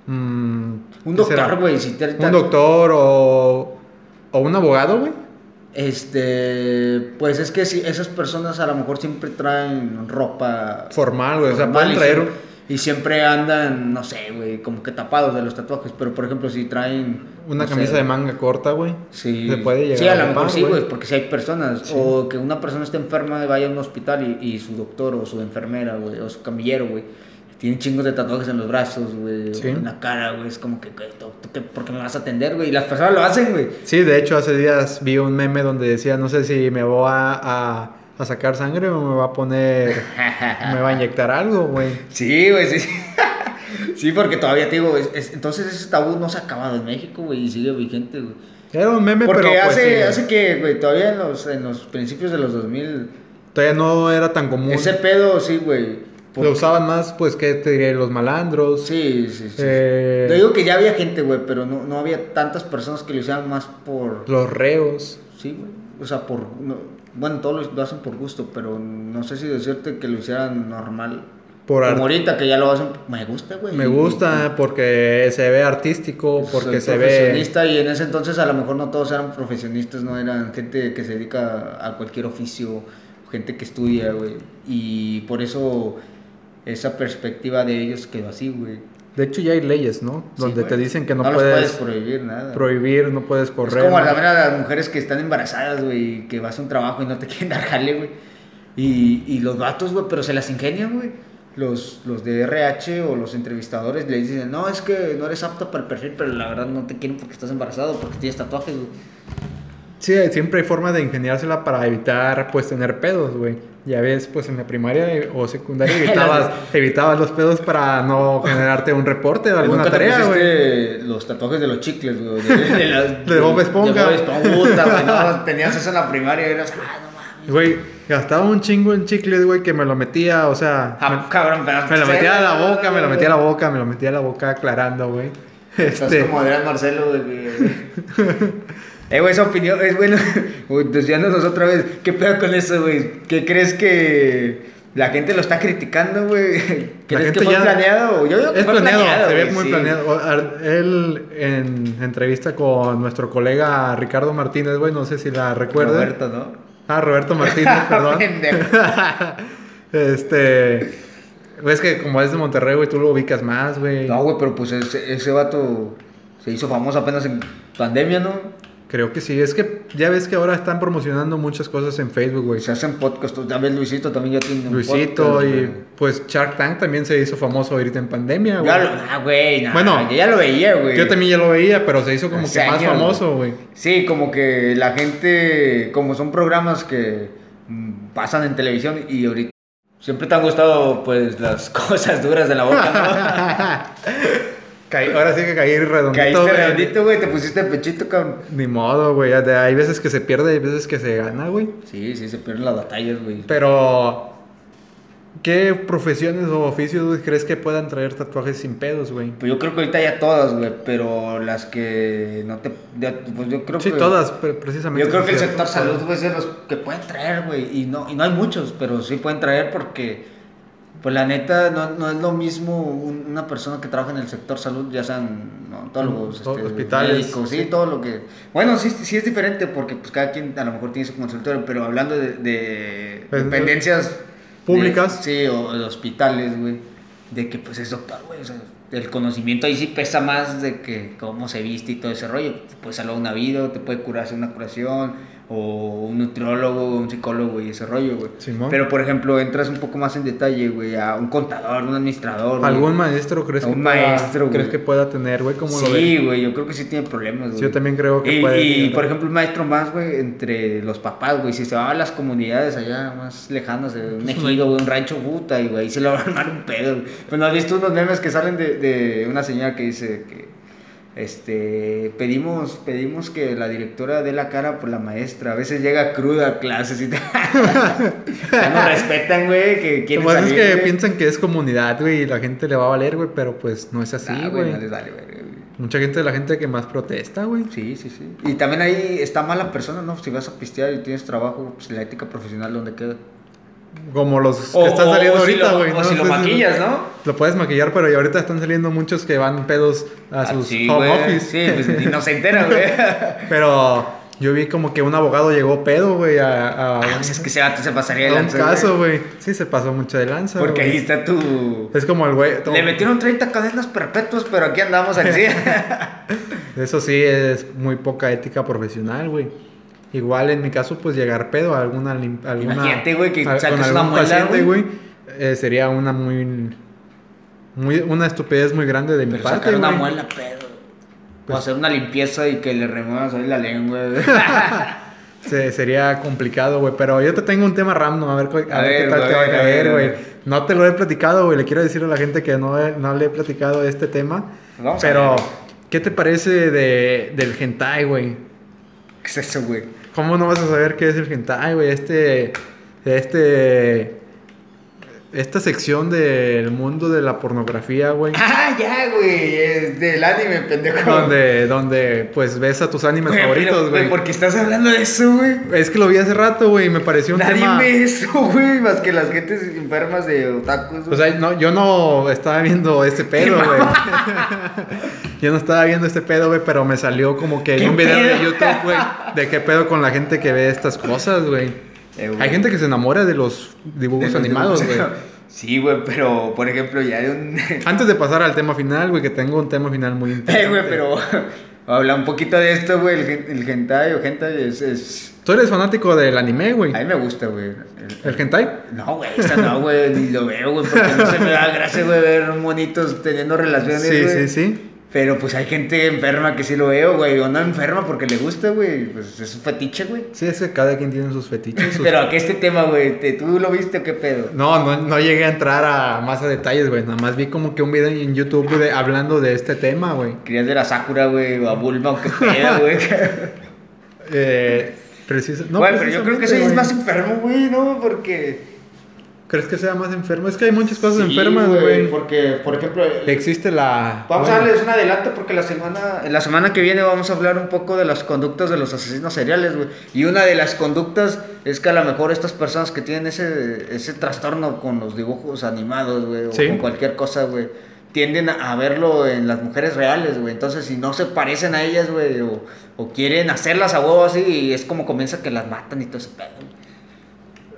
A: mm,
B: Un
A: ¿qué será?
B: doctor, güey, si te
A: Un doctor o, o un abogado, güey.
B: Este, pues es que sí, esas personas a lo mejor siempre traen ropa
A: Formal, güey, o sea, pueden
B: formal y
A: traer-
B: siempre- Y siempre andan, no sé, güey, como que tapados de los tatuajes, pero por ejemplo si traen
A: Una
B: no sé,
A: camisa de manga corta, güey.
B: Sí.
A: Se puede llegar
B: Sí, a
A: a
B: lo mejor
A: ocupar,
B: sí,
A: güey.
B: güey, porque si hay personas. O que una persona esté enferma, vaya a un hospital y, y su doctor o su enfermera, güey, o su camillero, güey, tiene chingos de tatuajes en los brazos, güey, o
A: Sí.
B: en la cara, güey. Es como que, que, ¿tú- tú qué- ¿por qué me vas a atender, güey? Y las personas lo hacen, güey.
A: Sí, de hecho, hace días vi un meme donde decía, no sé si me voy a, a- a sacar sangre o me va a poner, me va a inyectar algo, güey.
B: Sí, güey, sí. sí. Sí, porque todavía te digo, güey, es- entonces ese tabú no se ha acabado en México, güey, y sigue vigente, güey.
A: Era un meme,
B: Porque
A: pero pues,
B: hace,
A: sí,
B: hace que, güey, todavía en los, en los principios de los 2000,
A: todavía no era tan común.
B: ese pedo, sí, güey. por-
A: Lo usaban más, pues, ¿qué te diré? Los malandros.
B: Sí, sí, sí.
A: Eh.
B: Yo digo que ya había gente, güey, pero no, no había tantas personas que lo hicieran más por...
A: Los reos.
B: Sí, güey. O sea, por... no- bueno, todos lo, lo hacen por gusto, pero no sé si decirte que lo hicieran normal.
A: Por
B: Como
A: arte.
B: ahorita que ya lo hacen... Me gusta, güey.
A: Me gusta porque se ve artístico, porque
B: Soy
A: se ve.
B: profesionista y en ese entonces a lo mejor no todos eran profesionistas, no eran gente que se dedica a cualquier oficio, gente que estudia, güey. Y por eso esa perspectiva de ellos quedó así, güey.
A: De hecho, ya hay leyes, ¿no?
B: Sí,
A: Donde
B: güey.
A: te dicen que no,
B: los
A: puedes,
B: prohibir nada.
A: prohibir, no puedes
B: es
A: correr.
B: como
A: ¿no?
B: también a las mujeres que están embarazadas, güey, que vas a un trabajo y no te quieren dar jale, güey. Y, y los vatos, güey, pero se las ingenian, güey. Los, los de RH o los entrevistadores le dicen, no, es que no eres apto para el perfil, pero la verdad no te quieren porque estás embarazado, porque tienes tatuajes, güey.
A: Sí, hay- siempre hay formas de ingeniársela para evitar, pues, tener pedos, güey. Ya ves, pues, en la primaria eh, o secundaria evitabas, evitabas los pedos para no generarte un reporte o alguna
B: Nunca te
A: tarea, güey.
B: pusiste los tatuajes de los chicles, güey. De, de, la-
A: De Bob Esponja.
B: de Bob Esponja, güey, no, tenías eso en la primaria y eras, ah, no mames.
A: Güey, gastaba un chingo en chicles, güey, que me lo metía, o sea... me-
B: Ah, cabrón, pero-
A: Me lo metía a la boca, me lo metía a la boca, me lo metía a la boca aclarando, güey.
B: Estás
A: Este,
B: como Adrián Marcelo, güey. Eh, güey, esa opinión es bueno. Uy, Desviándonos otra vez. ¿Qué pedo con eso, güey? ¿Qué crees que la gente lo está criticando, güey? ¿Crees que
A: gente
B: fue
A: ya-
B: planeado? Yo digo que
A: es
B: fue
A: planeado, se ve
B: güey,
A: muy
B: sí.
A: planeado. O- ar- Él en entrevista con nuestro colega Ricardo Martínez, güey, no sé si la recuerda.
B: Roberto, ¿no?
A: Ah, Roberto Martínez, perdón.
B: Pendejo.
A: este, güey, es que como es de Monterrey, güey, tú lo ubicas más, güey.
B: No, güey, pero pues ese, ese vato se hizo famoso apenas en pandemia, ¿no?
A: Creo que sí, es que ya ves que ahora están promocionando muchas cosas en Facebook, güey.
B: Se hacen podcasts. También Luisito también ya tiene un
A: Luisito
B: podcast,
A: y
B: güey.
A: pues Shark Tank también se hizo famoso ahorita en pandemia, güey.
B: Ya lo, ah, güey, nah,
A: Bueno,
B: yo ya lo veía, güey.
A: Yo también ya lo veía, pero se hizo como
B: Hace
A: que más
B: años,
A: famoso, güey.
B: Sí, como que la gente, como son programas que mm, pasan en televisión y ahorita siempre te han gustado pues las cosas duras de la boca,
A: Caí- Ahora sí que caí
B: ¿no?
A: redondito.
B: Caíste
A: güey.
B: redondito, güey, te pusiste pechito, cabrón.
A: Ni modo, güey. ya de- Hay veces que se pierde, hay veces que se gana, güey.
B: Sí, sí, se pierden las batallas, güey.
A: Pero. ¿Qué profesiones o oficios güey, crees que puedan traer tatuajes sin pedos, güey?
B: Pues yo creo que ahorita ya todas, güey, pero las que no te... ya- pues yo creo
A: Sí,
B: que...
A: todas, pre- precisamente.
B: Yo creo que el
A: sí,
B: sector
A: todas.
B: salud, güey, es de los que pueden traer, güey. Y no, y no hay muchos, pero sí pueden traer porque, pues la neta, no, no es lo mismo un- una persona que trabaja en el sector salud, ya sean ¿no? todos los
A: To- Mm, hospitales,
B: médicos, sí, todo lo que... Bueno, sí, sí es diferente porque pues cada quien a lo mejor tiene su consultorio, pero hablando de, de
A: Pues,
B: dependencias...
A: públicas.
B: de- sí, o de hospitales, güey. De que pues es doctor, güey. O sea, el conocimiento ahí sí pesa más de que cómo se viste y todo ese rollo. Te puede salvar una vida, te puede curar hacer una curación, o un nutriólogo, un psicólogo y ese rollo, güey.
A: Simón.
B: Pero, por ejemplo, entras un poco más en detalle, güey, a un contador, un administrador. güey.
A: ¿Algún maestro crees,
B: Un
A: que, pueda-
B: maestro, güey.
A: crees que pueda tener, güey? ¿Cómo lo
B: Sí,
A: ves?
B: güey, yo creo que sí tiene problemas, güey.
A: Sí, yo también creo que
B: y,
A: puede.
B: Y,
A: tener.
B: por ejemplo, un maestro más, güey, entre los papás, güey, si se va a las comunidades allá más lejanas, de un ejido, güey, un rancho puta, y güey, ahí se le va a armar un pedo. güey. Pues no has visto unos memes que salen de, de una señora que dice que, este, pedimos, pedimos que la directora dé la cara por la maestra, a veces llega cruda a clases y te... Ya no respetan, güey, que
A: Lo
B: quieren
A: más es
B: salir,
A: que
B: güey.
A: piensan que es comunidad, güey, y la gente le va a valer, güey, pero pues no es así,
B: Ah,
A: güey.
B: no les vale, güey, güey.
A: Mucha gente es la gente que más protesta, güey.
B: Sí, sí, sí. Y también ahí está mala persona, ¿no? Si vas a pistear y tienes trabajo, pues la ética profesional, ¿dónde queda? Pues,
A: Como los que están saliendo
B: si
A: ahorita,
B: lo-
A: güey.
B: O
A: ¿no?
B: si lo
A: Entonces,
B: maquillas, ¿no?
A: Lo puedes maquillar, pero ya ahorita están saliendo muchos que van pedos a
B: Ah,
A: sus
B: sí,
A: home
B: güey.
A: office.
B: Sí, pues, y no se entera, güey.
A: Pero yo vi como que un abogado llegó pedo, güey, a, a un,
B: Pues es que ese vato se pasaría
A: a
B: de
A: un
B: lanza.
A: caso,
B: güey.
A: güey. Sí, se pasó mucha de lanza.
B: Porque
A: güey.
B: ahí está tu.
A: Es como el güey.
B: Le metieron 30 cadenas perpetuas, pero aquí andamos al 100.
A: Eso sí, es muy poca ética profesional, güey. Igual en mi caso, pues llegar pedo a alguna. lim- alguna
B: Imagínate, güey, que
A: a- con
B: saques una
A: algún
B: muela,
A: paciente,
B: güey.
A: güey. eh, sería una muy. Muy, una estupidez muy grande de mi
B: Pero
A: parte,
B: sacar una
A: güey.
B: muela, pedo.
A: Pues-
B: o hacer una limpieza y que le remuevas ahí la lengua. güey.
A: Se- sería complicado, güey. Pero yo te tengo un tema random, a ver, cu- a
B: A
A: ver qué
B: ver,
A: tal
B: güey,
A: te va a
B: a ver,
A: caer,
B: a
A: güey.
B: ver.
A: No te lo he platicado, güey. Le quiero decir a la gente que no, he- no le he platicado este tema.
B: Vamos a
A: pero,
B: ver.
A: ¿qué te parece de, del hentai, güey?
B: ¿Qué es eso, güey?
A: ¿Cómo no vas a saber qué es el hentai, güey? Este. Este. Esta sección del mundo de la pornografía, güey.
B: Ah, ya, güey. Es del anime, pendejo.
A: donde, donde, pues, ves a tus animes
B: Güey, pero,
A: favoritos, güey.
B: ¿Por qué estás hablando de eso, güey?
A: Es que lo vi hace rato, güey, y me pareció un
B: Nadie
A: tema...
B: ve eso, güey, más que las gentes enfermas de otakus.
A: O sea, Pues no, yo no estaba viendo este pedo, güey. yo no estaba viendo este pedo, güey, pero me salió como que
B: ¿Qué
A: un video de
B: pedo?
A: YouTube, güey, de qué pedo con la gente que ve estas cosas, güey.
B: Eh, güey.
A: Hay gente que se enamora de los dibujos
B: De los
A: animados, güey.
B: dibujos. Sí, güey, pero por ejemplo, ya de un.
A: Antes de pasar al tema final, güey, que tengo un tema final muy interesante.
B: Eh, güey, pero. Habla un poquito de esto, güey. El, gen- el hentai o hentai es. es-
A: Tú eres fanático del anime, güey.
B: A mí me gusta, güey. El-
A: ¿El hentai?
B: No, güey, esa no, güey, ni lo veo, güey, porque no se me da gracia, güey, ver monitos teniendo relaciones,
A: Sí, sí,
B: güey.
A: sí.
B: Pero pues hay gente enferma que sí lo veo, güey, o no enferma porque le gusta, güey, pues es un fetiche, güey.
A: Sí, es que cada quien tiene sus fetiches. sus-
B: Pero a qué este tema, güey, te- ¿tú lo viste o qué pedo?
A: No, no, no llegué a entrar a más a detalles, güey. Nada más vi como que un video en YouTube güey, de- hablando de este tema, güey.
B: Querías ver a Sakura, güey, o a Bulma, o qué pedo, güey.
A: Eh, preciso- no,
B: bueno, pero yo creo que eso
A: precisamente,
B: ya es
A: güey.
B: más enfermo, güey, ¿no? Porque.
A: ¿Crees que sea más enfermo? Es que hay muchas cosas
B: Sí,
A: enfermas, güey.
B: Porque, por ejemplo.
A: Existe la.
B: Vamos a
A: bueno,
B: darles un adelanto porque la semana, en la semana que viene vamos a hablar un poco de las conductas de los asesinos seriales, güey. Y una de las conductas es que a lo mejor estas personas que tienen ese, ese trastorno con los dibujos animados, güey, o
A: Sí.
B: con cualquier cosa, güey, tienden a verlo en las mujeres reales, güey. Entonces, si no se parecen a ellas, güey, o, o quieren hacerlas a huevo así, y es como comienza que las matan y todo ese pedo. güey.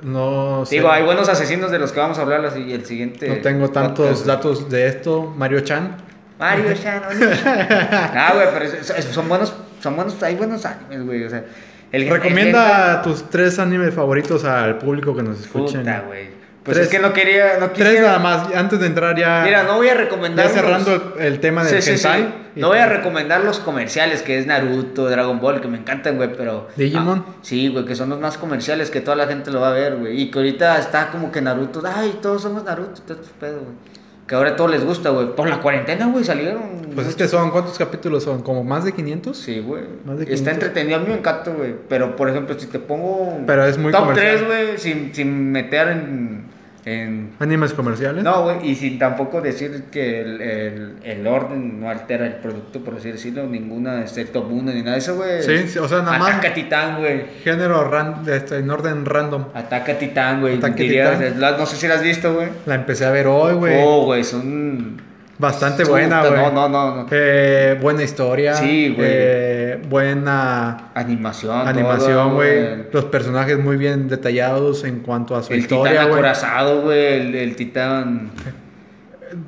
A: No sé.
B: Digo, hay este, buenos asesinos de los que vamos a hablar así, el siguiente.
A: No tengo tantos
B: podcast, güey.
A: datos de esto. Mario Chan.
B: Mario Shannon. ah, güey, pero es- es- son buenos, son buenos, hay buenos animes, güey. O sea, el
A: Recomienda tus tres animes favoritos al público que nos
B: el-
A: escuchen.
B: Puta, güey. Pues
A: Tres.
B: es que no quería, no
A: Tres
B: quisiera-
A: nada más. Antes de entrar ya.
B: Mira, no voy a
A: ya
B: recomendar. los-
A: cerrando el, el tema
B: Sí,
A: del
B: sí, sí.
A: hentai. y-
B: No voy a recomendar los comerciales, que es Naruto, Dragon Ball, que me encantan, güey, pero.
A: Digimon.
B: Ah, sí, güey, que son los más comerciales que toda la gente lo va a ver, güey. Y que ahorita está como que Naruto, ay, todos somos Naruto, todo este pedo, güey. Que ahora a todos les gusta, güey. Por la cuarentena, güey, salieron.
A: Pues es
B: muchos
A: que son, ¿cuántos capítulos son? ¿Como más de 500?
B: Sí, güey.
A: Más de
B: Está
A: 500.
B: entretenido, a mí me encanta, güey. Pero, por ejemplo, si te pongo.
A: Pero es muy
B: Top
A: comercial.
B: 3, güey, sin, sin meter en. en-
A: ¿Animes comerciales?
B: No, güey, y sin tampoco decir que el, el- el orden no altera el producto, por así decirlo, ninguna, excepto Buno ni nada de eso, güey.
A: Sí, sí, o sea, nada más-
B: Ataca Titán, güey.
A: Género ran- este, en orden random.
B: Ataca Titán, güey.
A: Ataque
B: diría,
A: Titán.
B: o sea, la- No sé si la has visto, güey.
A: La empecé a ver hoy, güey.
B: Oh, güey, son.
A: Bastante
B: Puta,
A: buena, güey.
B: No, no, no. no.
A: Eh, buena historia.
B: Sí, güey.
A: Eh, buena
B: Animación, todo,
A: animación, güey. Los personajes muy bien detallados en cuanto a su
B: El
A: historia,
B: titán
A: güey.
B: acorazado, güey. El, el titán.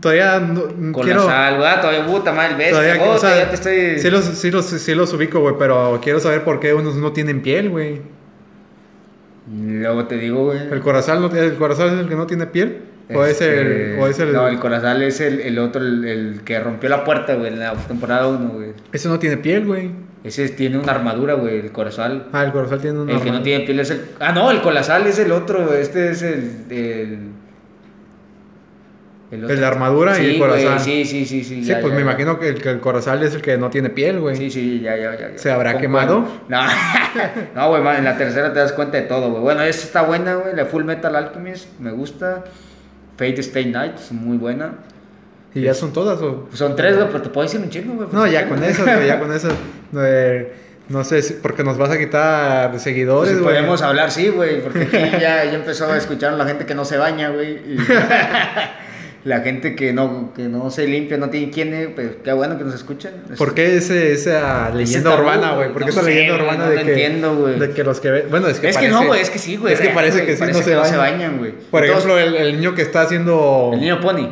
A: Todavía no,
B: Con
A: quiero...
B: la sal, ¿verdad? Todavía, puta madre, el bestia.
A: Todavía,
B: oh,
A: o sea,
B: todavía te estoy...
A: sí, los, sí, los, sí los ubico, güey, pero quiero saber por qué unos no tienen piel, güey.
B: Luego te digo, güey.
A: ¿El corazal, no, ¿El corazal es el que no tiene piel? ¿O es
B: Este,
A: el...? O es el
B: No, el Corazal es el, el otro, el, el que rompió la puerta, güey, en la temporada 1, güey.
A: Ese no tiene piel, güey.
B: Ese tiene una armadura, güey, el Corazal.
A: Ah, el corazal tiene una...
B: el que no
A: armadura.
B: tiene piel es el... Ah, no, el Corazal es el otro, güey. Este es el... El,
A: El de armadura y el
B: güey,
A: Corazal.
B: Sí, sí, sí, sí.
A: Sí,
B: ya,
A: pues
B: ya,
A: me
B: ya.
A: imagino que el, que el corazal es el que no tiene piel, güey.
B: Sí, sí, ya, ya, ya. ya.
A: ¿Se habrá
B: Con-
A: quemado?
B: No, no, güey, ma, en la tercera te das cuenta de todo, güey. Bueno, esta está buena, güey. La Full Metal Alchemist, me gusta. Fate Stay Night, es muy buena.
A: ¿Y ya son todas o...?
B: Pues Son tres, güey, pero te puedo decir un chingo, güey.
A: No, ya con esas, güey, ya con esas. No, eh, no sé, si- porque nos vas a quitar
B: Pues,
A: seguidores,
B: si
A: güey.
B: podemos hablar, sí, güey, porque aquí ya, ya empezó a escuchar a la gente que no se baña, güey. y- la gente que no, que no se limpia, no tiene higiene, pues qué bueno que nos escuchan.
A: ¿Por qué ese, esa leyenda
B: tabú,
A: urbana,
B: güey,
A: güey? ¿Por qué
B: no
A: esa
B: sé,
A: leyenda
B: güey,
A: urbana
B: no
A: de
B: lo
A: que...
B: entiendo, güey.
A: De que los que ven... Bueno, es que
B: Es que
A: parece-
B: no, güey, es que sí, güey.
A: Es que
B: real,
A: parece
B: güey,
A: que sí,
B: parece
A: no se
B: que
A: bañan.
B: güey.
A: Por
B: Entonces,
A: ejemplo, el, el niño que está haciendo...
B: el niño pony.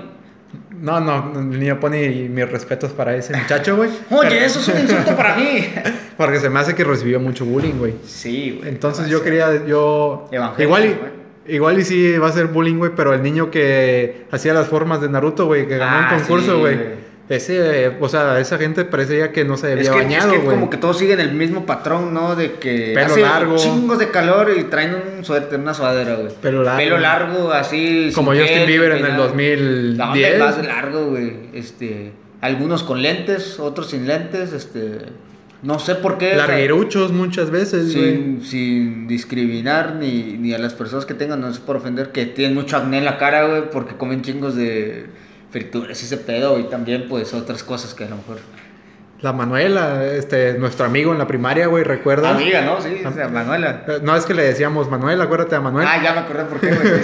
A: No, no, el niño pone y mis respetos para ese muchacho, güey. Pero-
B: Oye, eso es un insulto para mí.
A: Porque se me hace que recibió mucho bullying, güey.
B: Sí, güey.
A: Entonces yo quería, yo...
B: Evangélico,
A: Igual y...
B: güey.
A: Igual y sí va a ser bullying, güey, pero el niño que hacía las formas de Naruto, güey, que ganó
B: Ah,
A: un concurso,
B: sí,
A: güey.
B: güey.
A: Ese, eh, o sea, esa gente parecía que no se había
B: Es que,
A: bañado,
B: es
A: güey.
B: que como que todos siguen el mismo patrón, ¿no? De que
A: Pelo largo.
B: chingos de calor y traen un suéter, una sudadera, güey.
A: Pelo largo.
B: Pelo largo, así.
A: Como
B: sin
A: Justin
B: gel,
A: Bieber en el
B: peinado. No, hombre,
A: 2010.
B: más largo, güey. Este, algunos con lentes, otros sin lentes, este, no sé por qué. o sea,
A: Largueruchos muchas veces, güey.
B: sin, sin discriminar ni, ni a las personas que tengan, no es por ofender, que tienen mucho acné en la cara, güey, porque comen chingos de frituras y ese pedo, y también, pues, otras cosas que a lo mejor.
A: La Manuela, este, nuestro amigo en la primaria, güey, ¿recuerdas?
B: Ah, Amiga, ¿no? Sí,
A: Ah,
B: o sea, Manuela.
A: Eh, No, es que le decíamos Manuel, acuérdate a Manuel,
B: Ah, ya me acordé por qué, güey.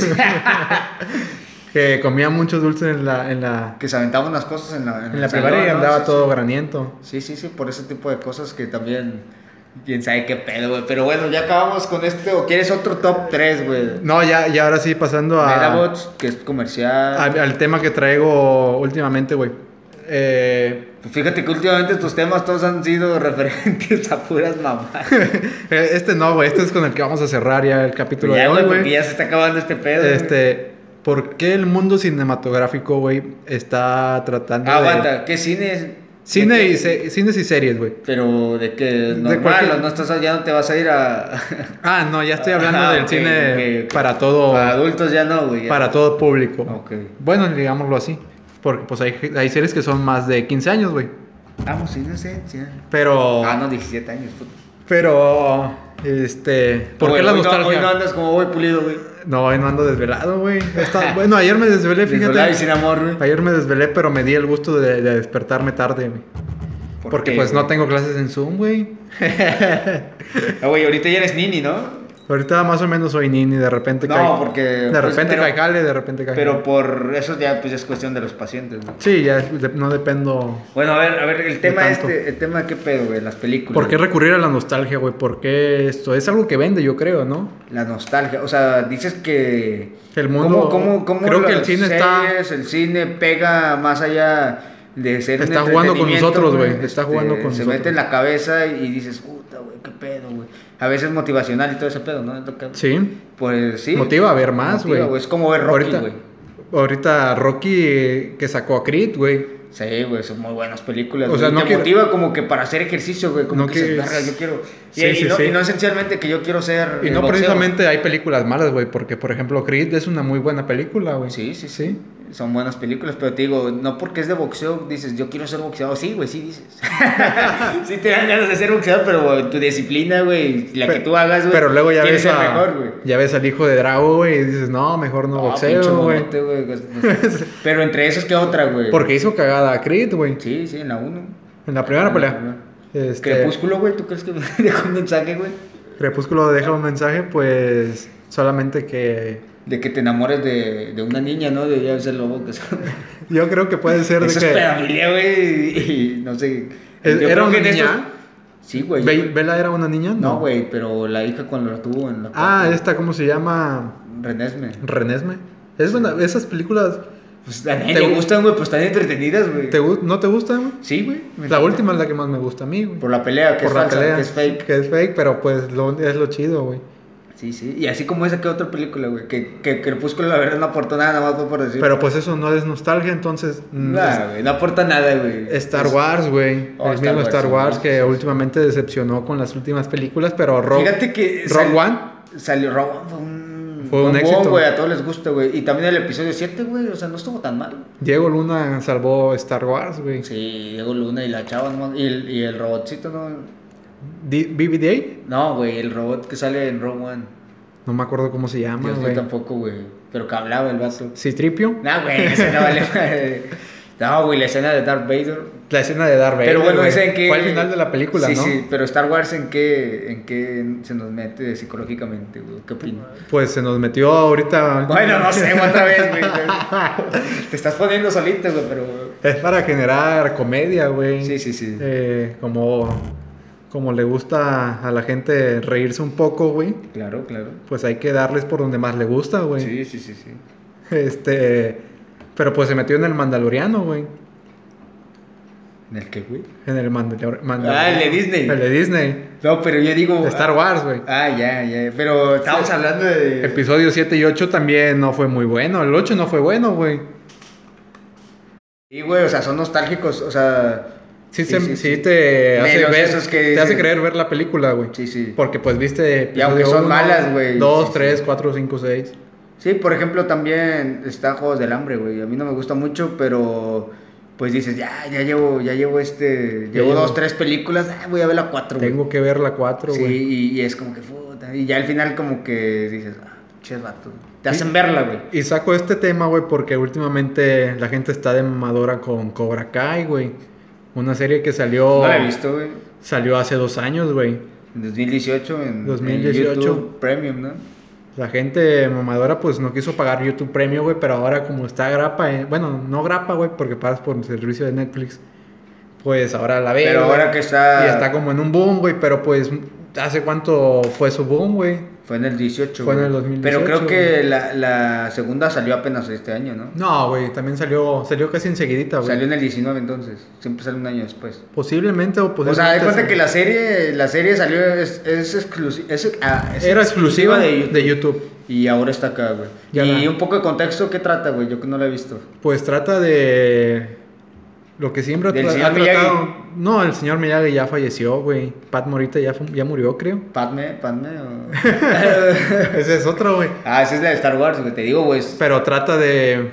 A: que comía muchos dulces en la, en la,
B: que se aventaban unas cosas en la, en
A: en
B: el
A: la primaria y
B: salón, ¿no?
A: andaba
B: Sí,
A: todo graniento.
B: Sí, sí, sí, por ese tipo de cosas que también. Quién sabe qué pedo, güey. Pero bueno, ya acabamos con este. ¿O quieres otro top 3, güey?
A: No, ya, ya ahora sí, pasando a,
B: Medabots, que es
A: a-
B: comercial.
A: al tema que traigo últimamente, güey. Eh,
B: Fíjate que últimamente tus temas todos han sido referentes a puras mamás.
A: Eh, Este no, güey. Este es con el que vamos a cerrar ya el capítulo
B: ya,
A: de hoy,
B: güey, porque
A: güey.
B: ya se está acabando este pedo. güey.
A: Este, ¿por qué el mundo cinematográfico, güey, está tratando
B: Ah,
A: de...
B: aguanta, ¿qué cine es?
A: Cine
B: ¿De
A: y,
B: qué?
A: se- cines y series, güey.
B: Pero de que normal,
A: cualquier-
B: no estás ya no te vas a ir a.
A: Ah, no, ya estoy hablando
B: Ah,
A: del
B: ok,
A: cine
B: ok, ok.
A: para todo...
B: a adultos ya no, güey. ya.
A: Para todo público.
B: Ok.
A: Bueno, digámoslo así. Porque pues hay, hay series que son más de 15 años, güey.
B: Vamos, inocencia.
A: Pero...
B: Ah, no, 17 años, puto.
A: Pero... Este... ¿Por
B: Güey,
A: qué la
B: hoy no-
A: nostalgia?
B: hoy no andas como voy pulido, güey.
A: No, hoy no ando desvelado, güey. Está- Bueno, ayer me desvelé, fíjate.
B: Desvelado y sin amor, güey.
A: Ayer me desvelé, pero me di el gusto de, de despertarme tarde, güey.
B: ¿Por
A: Porque
B: qué,
A: pues
B: güey?
A: no tengo clases en Zoom, güey.
B: Ah, güey, ahorita ya eres nini, ¿no?
A: Ahorita más o menos soy nini, de repente
B: No,
A: cae-
B: porque,
A: De
B: pues,
A: repente
B: pero-
A: cae jale, de repente cae
B: Pero
A: jale.
B: por eso ya pues, es cuestión de los pacientes, güey.
A: Sí, ya de- no dependo...
B: Bueno, a ver, a ver, el tema
A: tanto.
B: este, el tema qué pedo, güey, las películas.
A: ¿Por qué
B: güey.
A: recurrir a la nostalgia, güey? ¿Por qué esto? Es algo que vende, yo creo, ¿no?
B: La nostalgia, o sea, dices que...
A: El mundo-
B: ¿Cómo, cómo, cómo
A: creo que
B: las
A: el cine está-
B: series, El cine pega más allá de ser un
A: Está jugando con
B: entretenimiento, Este,
A: nosotros, güey, está jugando con
B: se
A: nosotros.
B: mete en la cabeza y dices, puta, güey, qué pedo, güey. A veces motivacional y todo ese pedo, ¿no? Es lo que-
A: Sí.
B: Pues sí.
A: Motiva a ver más,
B: Motiva,
A: güey.
B: Es como ver Rocky,
A: Ahorita-
B: güey.
A: Ahorita Rocky eh, que sacó a Creed, güey.
B: Sí, güey, son muy buenas películas.
A: O
B: O
A: sea, no
B: te
A: quiero-
B: motiva como que para hacer ejercicio, güey. Como
A: No
B: que, dices,
A: quieres-
B: "Verga, yo quiero. Y,
A: Sí,
B: y
A: sí,
B: no,
A: sí.
B: y no esencialmente que yo quiero ser.
A: Y
B: el
A: no
B: boxeo.
A: precisamente hay películas malas, güey, porque por ejemplo Creed es una muy buena película, güey.
B: Sí, sí, sí. Son buenas películas, pero te digo, no porque es de boxeo, dices, yo quiero ser boxeador. Sí, güey, sí dices. sí te dan ganas de ser boxeador, pero güey, tu disciplina, güey, la que
A: Pe-
B: tú hagas, güey.
A: Pero luego ya
B: quieres
A: ves,
B: ser
A: a-
B: mejor, güey.
A: ya ves al hijo de Drago, güey, y dices, no, mejor no
B: Ah, pinche
A: boxeo, güey.
B: monote, güey. pero entre esas, ¿qué otra, güey?
A: Porque hizo cagada a Creed, güey,
B: Sí, sí, en la 1.
A: en la primera
B: Ah,
A: pelea.
B: no.
A: Este, Crepúsculo.
B: Crepúsculo, güey, ¿tú crees que me dejó un mensaje, güey?
A: deja un mensaje, pues, solamente que...
B: De que te enamores de, de una niña, ¿no? Debería ser lobo que se-
A: Yo creo que puede ser de
B: Eso es
A: que...
B: pedofilia, güey. Y no sé.
A: ¿E-
B: Yo
A: ¿Era
B: creo
A: una
B: que en
A: niña?
B: estos- Sí, güey.
A: Ve- ¿Vela era una niña?
B: No, güey, pero la hija cuando la tuvo en la.
A: Ah, esta, ¿cómo se llama?
B: Renesme.
A: Renesme. Es buena, esas películas
B: Pues a nadie le gustan, güey, pues están entretenidas, güey.
A: ¿Te gu- ¿No te gusta, güey?
B: Sí, güey. me
A: La
B: encanta.
A: última es la que más me gusta a mí, güey.
B: Por la pelea, que es falsa, que es fake.
A: Que es fake, pero pues lo, es lo chido, güey.
B: Sí, sí. Y así como esa que otra película, güey. Que, que Crepúsculo, la verdad, no aportó nada, nada más fue por decir.
A: Pero pues eso no es nostalgia, entonces... mm,
B: Nah, güey, no aporta nada, güey.
A: es- Star Wars, güey.
B: Oh,
A: el
B: Star
A: mismo
B: Wars,
A: Star
B: sí,
A: Wars
B: sí,
A: que
B: sí.
A: últimamente decepcionó con las últimas películas, pero Rock,
B: Fíjate que.
A: Rock
B: sal-
A: One
B: Salió Rock One, fue un.
A: Fue un
B: boom,
A: éxito.
B: güey, a todos les gusta, güey. Y también el episodio 7, güey. O sea, no estuvo tan mal.
A: Diego Luna salvó Star Wars, güey.
B: Sí, Diego Luna y la chava, nomás. Y el, y el robotcito, ¿no?
A: Di- BBDA,
B: No, güey, el robot que sale en Rock One.
A: no me acuerdo cómo se llama,
B: Dios, yo
A: güey.
B: tampoco, güey. Pero que hablaba el vaso.
A: Citripio.
B: No, güey, esa no vale. madre. No, güey, la escena de Darth Vader.
A: La escena de Darth Vader.
B: Pero bueno,
A: güey.
B: es en que.
A: Fue al final de la película,
B: sí,
A: ¿no?
B: Sí, pero Star Wars, ¿en qué, ¿en qué se nos mete psicológicamente, güey? ¿Qué opinas?
A: Pues se nos metió ahorita.
B: Bueno, no sé, otra vez, güey. Te estás poniendo solito, güey, pero.
A: Es para generar comedia, güey.
B: Sí, sí, sí.
A: Eh, como, como le gusta a la gente reírse un poco, güey.
B: Claro, claro.
A: Pues hay que darles por donde más le gusta, güey.
B: Sí, sí, sí, sí.
A: Este. Pero pues se metió en el Mandaloriano, güey.
B: ¿En el qué, güey?
A: En el Mandalor- Mandaloriano.
B: Ah, el de Disney.
A: El de Disney.
B: No, pero yo digo.
A: Star Wars, güey.
B: Ah, ya, ya. Pero estamos hablando de.
A: Episodio 7 y 8 también no fue muy bueno. El 8 no fue bueno, güey.
B: Sí, güey, o sea, son nostálgicos, o sea.
A: Sí, se-
B: sí,
A: sí
B: sí.
A: te hace,
B: Menos
A: ver-
B: esos que
A: te hace
B: dicen-
A: creer ver la película, güey.
B: Sí, sí.
A: Porque pues viste...
B: Y aunque son malas, güey,
A: 2,
B: sí,
A: 3, 4, 5, 6.
B: Sí, por ejemplo, también está Juegos del Hambre, güey. A mí no me gusta mucho, pero pues dices, ya, ya llevo, ya llevo este,
A: Ya
B: llevo
A: llevo.
B: dos, tres películas, ah, voy a ver la cuatro, güey.
A: Tengo que ver la 4,
B: sí,
A: güey.
B: y, y es como que puta. Y ya al final como que dices, ah, ches vato. Te hacen verla, güey.
A: Y saco este tema, güey, porque últimamente la gente está de mamadora con Cobra Kai, güey. Una serie que salió...
B: No la he visto, güey.
A: Salió hace dos años, güey.
B: En 2018, en
A: 2018.
B: en YouTube Premium, ¿no?
A: La gente mamadora pues no quiso pagar YouTube Premium, güey, pero ahora como está grapa, eh, bueno, no grapa, güey, porque pagas por el servicio de Netflix, pues ahora la veo.
B: Pero
A: güey,
B: ahora que está-
A: Y está como en un boom, güey, pero pues ¿hace cuánto fue su boom, güey?
B: Fue en el 18,
A: Fue en
B: güey.
A: el 2018,
B: Pero creo que
A: güey.
B: la, la segunda salió apenas este año, ¿no?
A: No, güey, también salió salió casi enseguidita, güey.
B: Salió en el 19 entonces, siempre sale un año después.
A: Posiblemente o
B: O sea,
A: posiblemente.
B: de cuenta que
A: salió-
B: la serie, la serie salió, es, es exclusi- es- ah, es
A: era exclusiva de YouTube.
B: Y ahora está acá, güey.
A: Ya
B: y
A: la-
B: un poco de contexto, ¿qué trata, güey? Yo que no la he visto.
A: Pues trata de lo que siempre
B: Del
A: tra-
B: señor Miyagi.
A: No, el señor Miyagi ya falleció, güey. Pat Morita ya fu- ya murió, creo.
B: Padme, Padme. o-
A: Esa es otra, güey.
B: ah, esa es la de Star Wars, güey. Te digo, güey. es-
A: Pero trata de.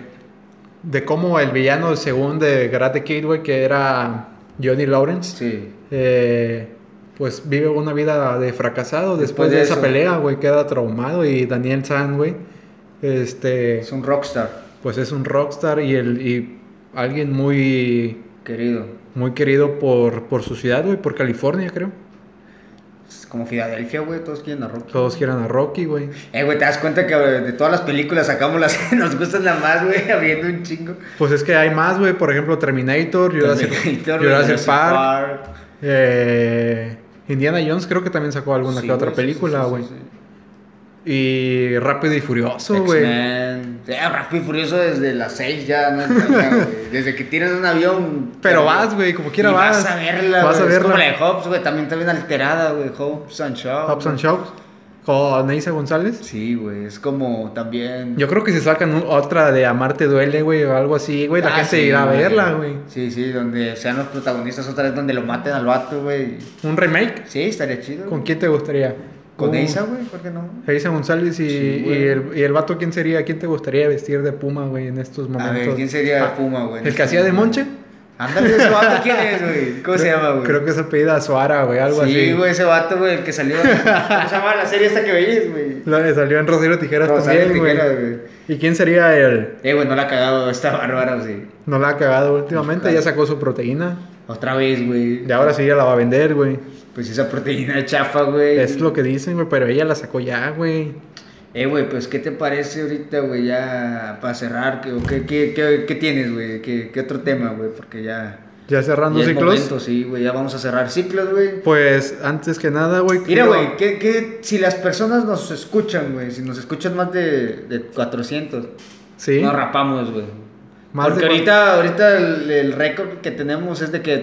A: De cómo el villano, según de Karate Kid, güey, que era Johnny Lawrence,
B: Sí.
A: eh, pues vive una vida de fracasado después,
B: Después de
A: de esa
B: eso.
A: pelea, güey, queda traumado. Y Daniel San, güey, este,
B: Es un rockstar,
A: pues es un rockstar y, el, y alguien muy,
B: querido.
A: muy querido por, por su ciudad, güey, por California, creo.
B: Es como Filadelfia, güey. Todos quieren a Rocky.
A: Todos quieran a Rocky, güey.
B: Eh, güey, te das cuenta que güey, de todas las películas sacamos las que nos gustan nada más, güey. Habiendo un chingo.
A: Pues es que hay más, güey, por ejemplo, Terminator, Jurassic,
B: Terminator,
A: Jurassic
B: Jurassic
A: Park.
B: Park.
A: Eh, Indiana Jones creo que también sacó alguna
B: Sí,
A: que otra
B: güey, sí, sí,
A: película,
B: sí,
A: güey.
B: sí, sí.
A: Y Rápido y Furioso, güey.
B: X-Men. Eh, Rápido y Furioso desde las 6 ya, no es buena, güey. Desde que tiran un avión.
A: Pero vas, güey, como quiera
B: Y
A: vas.
B: Vas a verla,
A: Vas a
B: güey. Es como la
A: verla.
B: de Hobbs, güey, también está bien alterada, güey. Hobbs and Shaw.
A: Hobbs and Shaw con Neisa González.
B: Sí, güey, es como también.
A: Yo creo que si sacan un- otra de Amarte Duele, güey, o algo así, güey, la
B: Ah,
A: gente
B: sí,
A: irá a verla, güey.
B: Sí, sí, donde sean los protagonistas otra vez, donde lo maten al vato, güey.
A: Un remake.
B: Sí, estaría chido.
A: ¿Con quién te gustaría?
B: Con
A: Un-
B: Neisa, güey, ¿por qué no?
A: Neisa González y,
B: Sí,
A: y
B: güey.
A: el, y el vato, ¿quién sería? ¿Quién te gustaría vestir de puma, güey, en estos
B: A
A: momentos?
B: ver, ¿quién sería
A: Ah,
B: Puma, güey?
A: ¿El que hacía de Monche?
B: Ándale, ese vato, ¿quién es, güey? ¿Cómo se llama, güey?
A: Creo que se apellida Suara, güey, algo así.
B: Sí, güey, ese vato, güey, el que salió. ¿Cómo se llama la serie esta que veías, güey?
A: La que salió en Rosario Tijeras
B: Rosario
A: también, güey.
B: Tijeras, güey.
A: ¿Y quién sería el?
B: Eh, güey, no la ha cagado esta bárbara, sí.
A: No la ha cagado últimamente,
B: Ojalá.
A: ya sacó su proteína.
B: Otra vez, güey.
A: Y ahora sí ya la va a vender, güey.
B: Pues esa proteína chafa, güey.
A: Es lo que dicen, güey, pero ella la sacó ya, güey.
B: Eh, güey, pues, ¿qué te parece ahorita, güey? Ya para cerrar, ¿qué, qué, qué, qué, qué tienes, güey? ¿Qué, qué otro tema, güey? Porque ya.
A: Ya cerrando
B: ya es
A: ciclos.
B: momento, sí, güey. Ya vamos a cerrar ciclos, güey.
A: Pues antes que nada, güey. quiero-
B: Mira, güey, que, que si las personas nos escuchan, güey, si nos escuchan más de, de 400,
A: Sí.
B: nos rapamos, güey.
A: Más
B: Porque
A: de
B: ahorita, ahorita el, el récord que tenemos es de que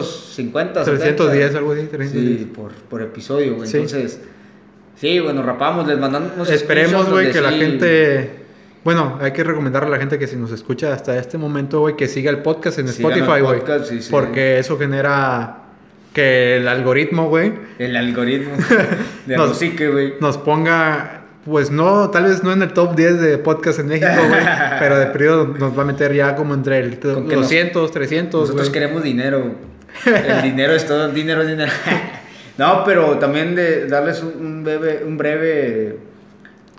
B: 350.
A: 310,
B: 70.
A: algo así, 310.
B: Sí, por, por episodio, güey.
A: Sí.
B: Entonces, sí, bueno, rapamos, les mandamos.
A: Esperemos,
B: screenshots
A: güey,
B: donde
A: que la
B: sí-
A: gente. Bueno, hay que recomendarle a la gente que si nos escucha hasta este momento, güey, que siga el podcast en
B: Sigan el
A: Spotify, güey.
B: podcast, sí, sí.
A: Porque eso genera que el algoritmo, güey,
B: El algoritmo. de
A: Nos-
B: Rosique, güey.
A: nos ponga. Pues no, tal vez no en el top 10 de podcast en México, güey. pero de periodo nos va a meter ya como entre el
B: Con que nos-
A: 200, 300,
B: Nosotros
A: güey.
B: queremos dinero. El dinero es todo, el dinero es dinero. No, pero también de darles un, un breve, un breve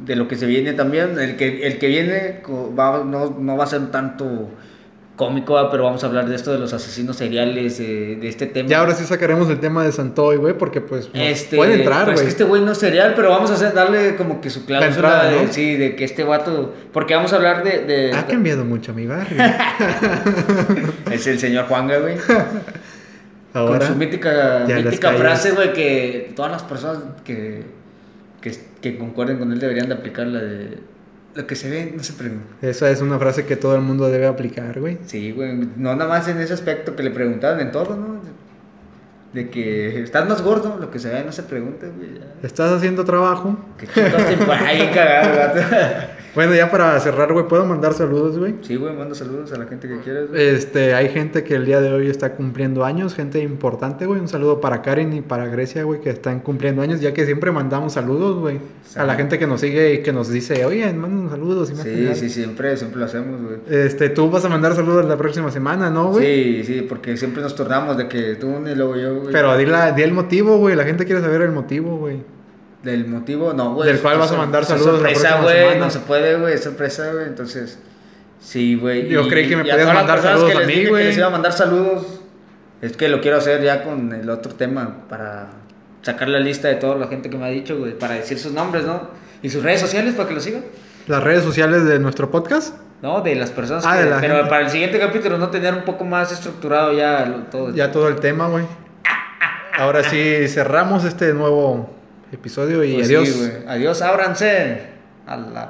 B: de lo que se viene también. El que, el que viene co- va- no, no va a ser tanto cómico, ah, pero vamos a hablar de esto de los asesinos seriales, eh, de este tema.
A: Ya ahora sí sacaremos el tema de Santoy, güey, porque pues nos
B: Este,
A: puede entrar,
B: pues
A: güey.
B: que este güey no es serial, pero vamos a hacer, darle como que su cláusula
A: entrada,
B: de,
A: ¿no? Ah,
B: sí, de que este vato, porque vamos a hablar de, de-
A: Ha cambiado mucho mi barrio.
B: es el señor Juanga, güey.
A: Ahora.
B: Con su mítica,
A: Ya en las
B: mítica
A: calles.
B: frase, güey, que todas las personas que, que, que concuerden con él deberían de aplicar la de... Lo que se ve no se pregunta.
A: Esa es una frase que todo el mundo debe aplicar, güey.
B: Sí, güey, no nada más en ese aspecto que le preguntaban en todo, ¿no? De que estás más gordo, lo que se ve no se pregunta, güey. ya.
A: Estás haciendo trabajo.
B: Que chicos te ahí cagado, gato.
A: Bueno, ya para cerrar, güey, puedo mandar saludos, güey.
B: Sí, güey, manda saludos a la gente que quieras, güey.
A: Este, hay gente que el día de hoy está cumpliendo años, gente importante, güey. Un saludo para Karen y para Grecia, güey, que están cumpliendo años, ya que siempre mandamos saludos, güey. A la gente que nos sigue y que nos dice, oye, manden saludos. y más que
B: Sí,
A: nada".
B: sí, siempre, siempre lo hacemos, güey.
A: Este, tú vas a mandar saludos la próxima semana, ¿no, güey?
B: Sí, sí, porque siempre nos tornamos de que tú ni luego yo, güey.
A: Pero di, la- di el motivo, güey. La gente quiere saber el motivo, güey.
B: Del motivo, no, güey.
A: Del cual
B: Es
A: vas a
B: sor-
A: mandar
B: es
A: saludos la
B: sorpresa,
A: próxima
B: güey.
A: semana.
B: No se puede, güey. Es sorpresa, güey. Entonces, sí, güey.
A: Yo
B: Y-
A: creí que me
B: y a
A: podías
B: todas las
A: mandar
B: personas
A: saludos
B: que
A: a
B: les
A: mí,
B: dije que
A: güey.
B: Les iba a mandar saludos. Es que lo quiero hacer ya con el otro tema para sacar la lista de toda la gente que me ha dicho, güey. Para decir sus nombres, ¿no? Y sus redes sociales para que lo sigan.
A: Las redes sociales de nuestro podcast.
B: No, de las personas.
A: Ah,
B: que-
A: de la
B: pero
A: gente.
B: para el siguiente capítulo, ¿no? Tener un poco más estructurado ya lo- todo.
A: Ya todo el tema, güey. Ahora sí, cerramos este nuevo episodio y
B: Pues sí,
A: adiós.
B: güey. adiós, ábranse. A la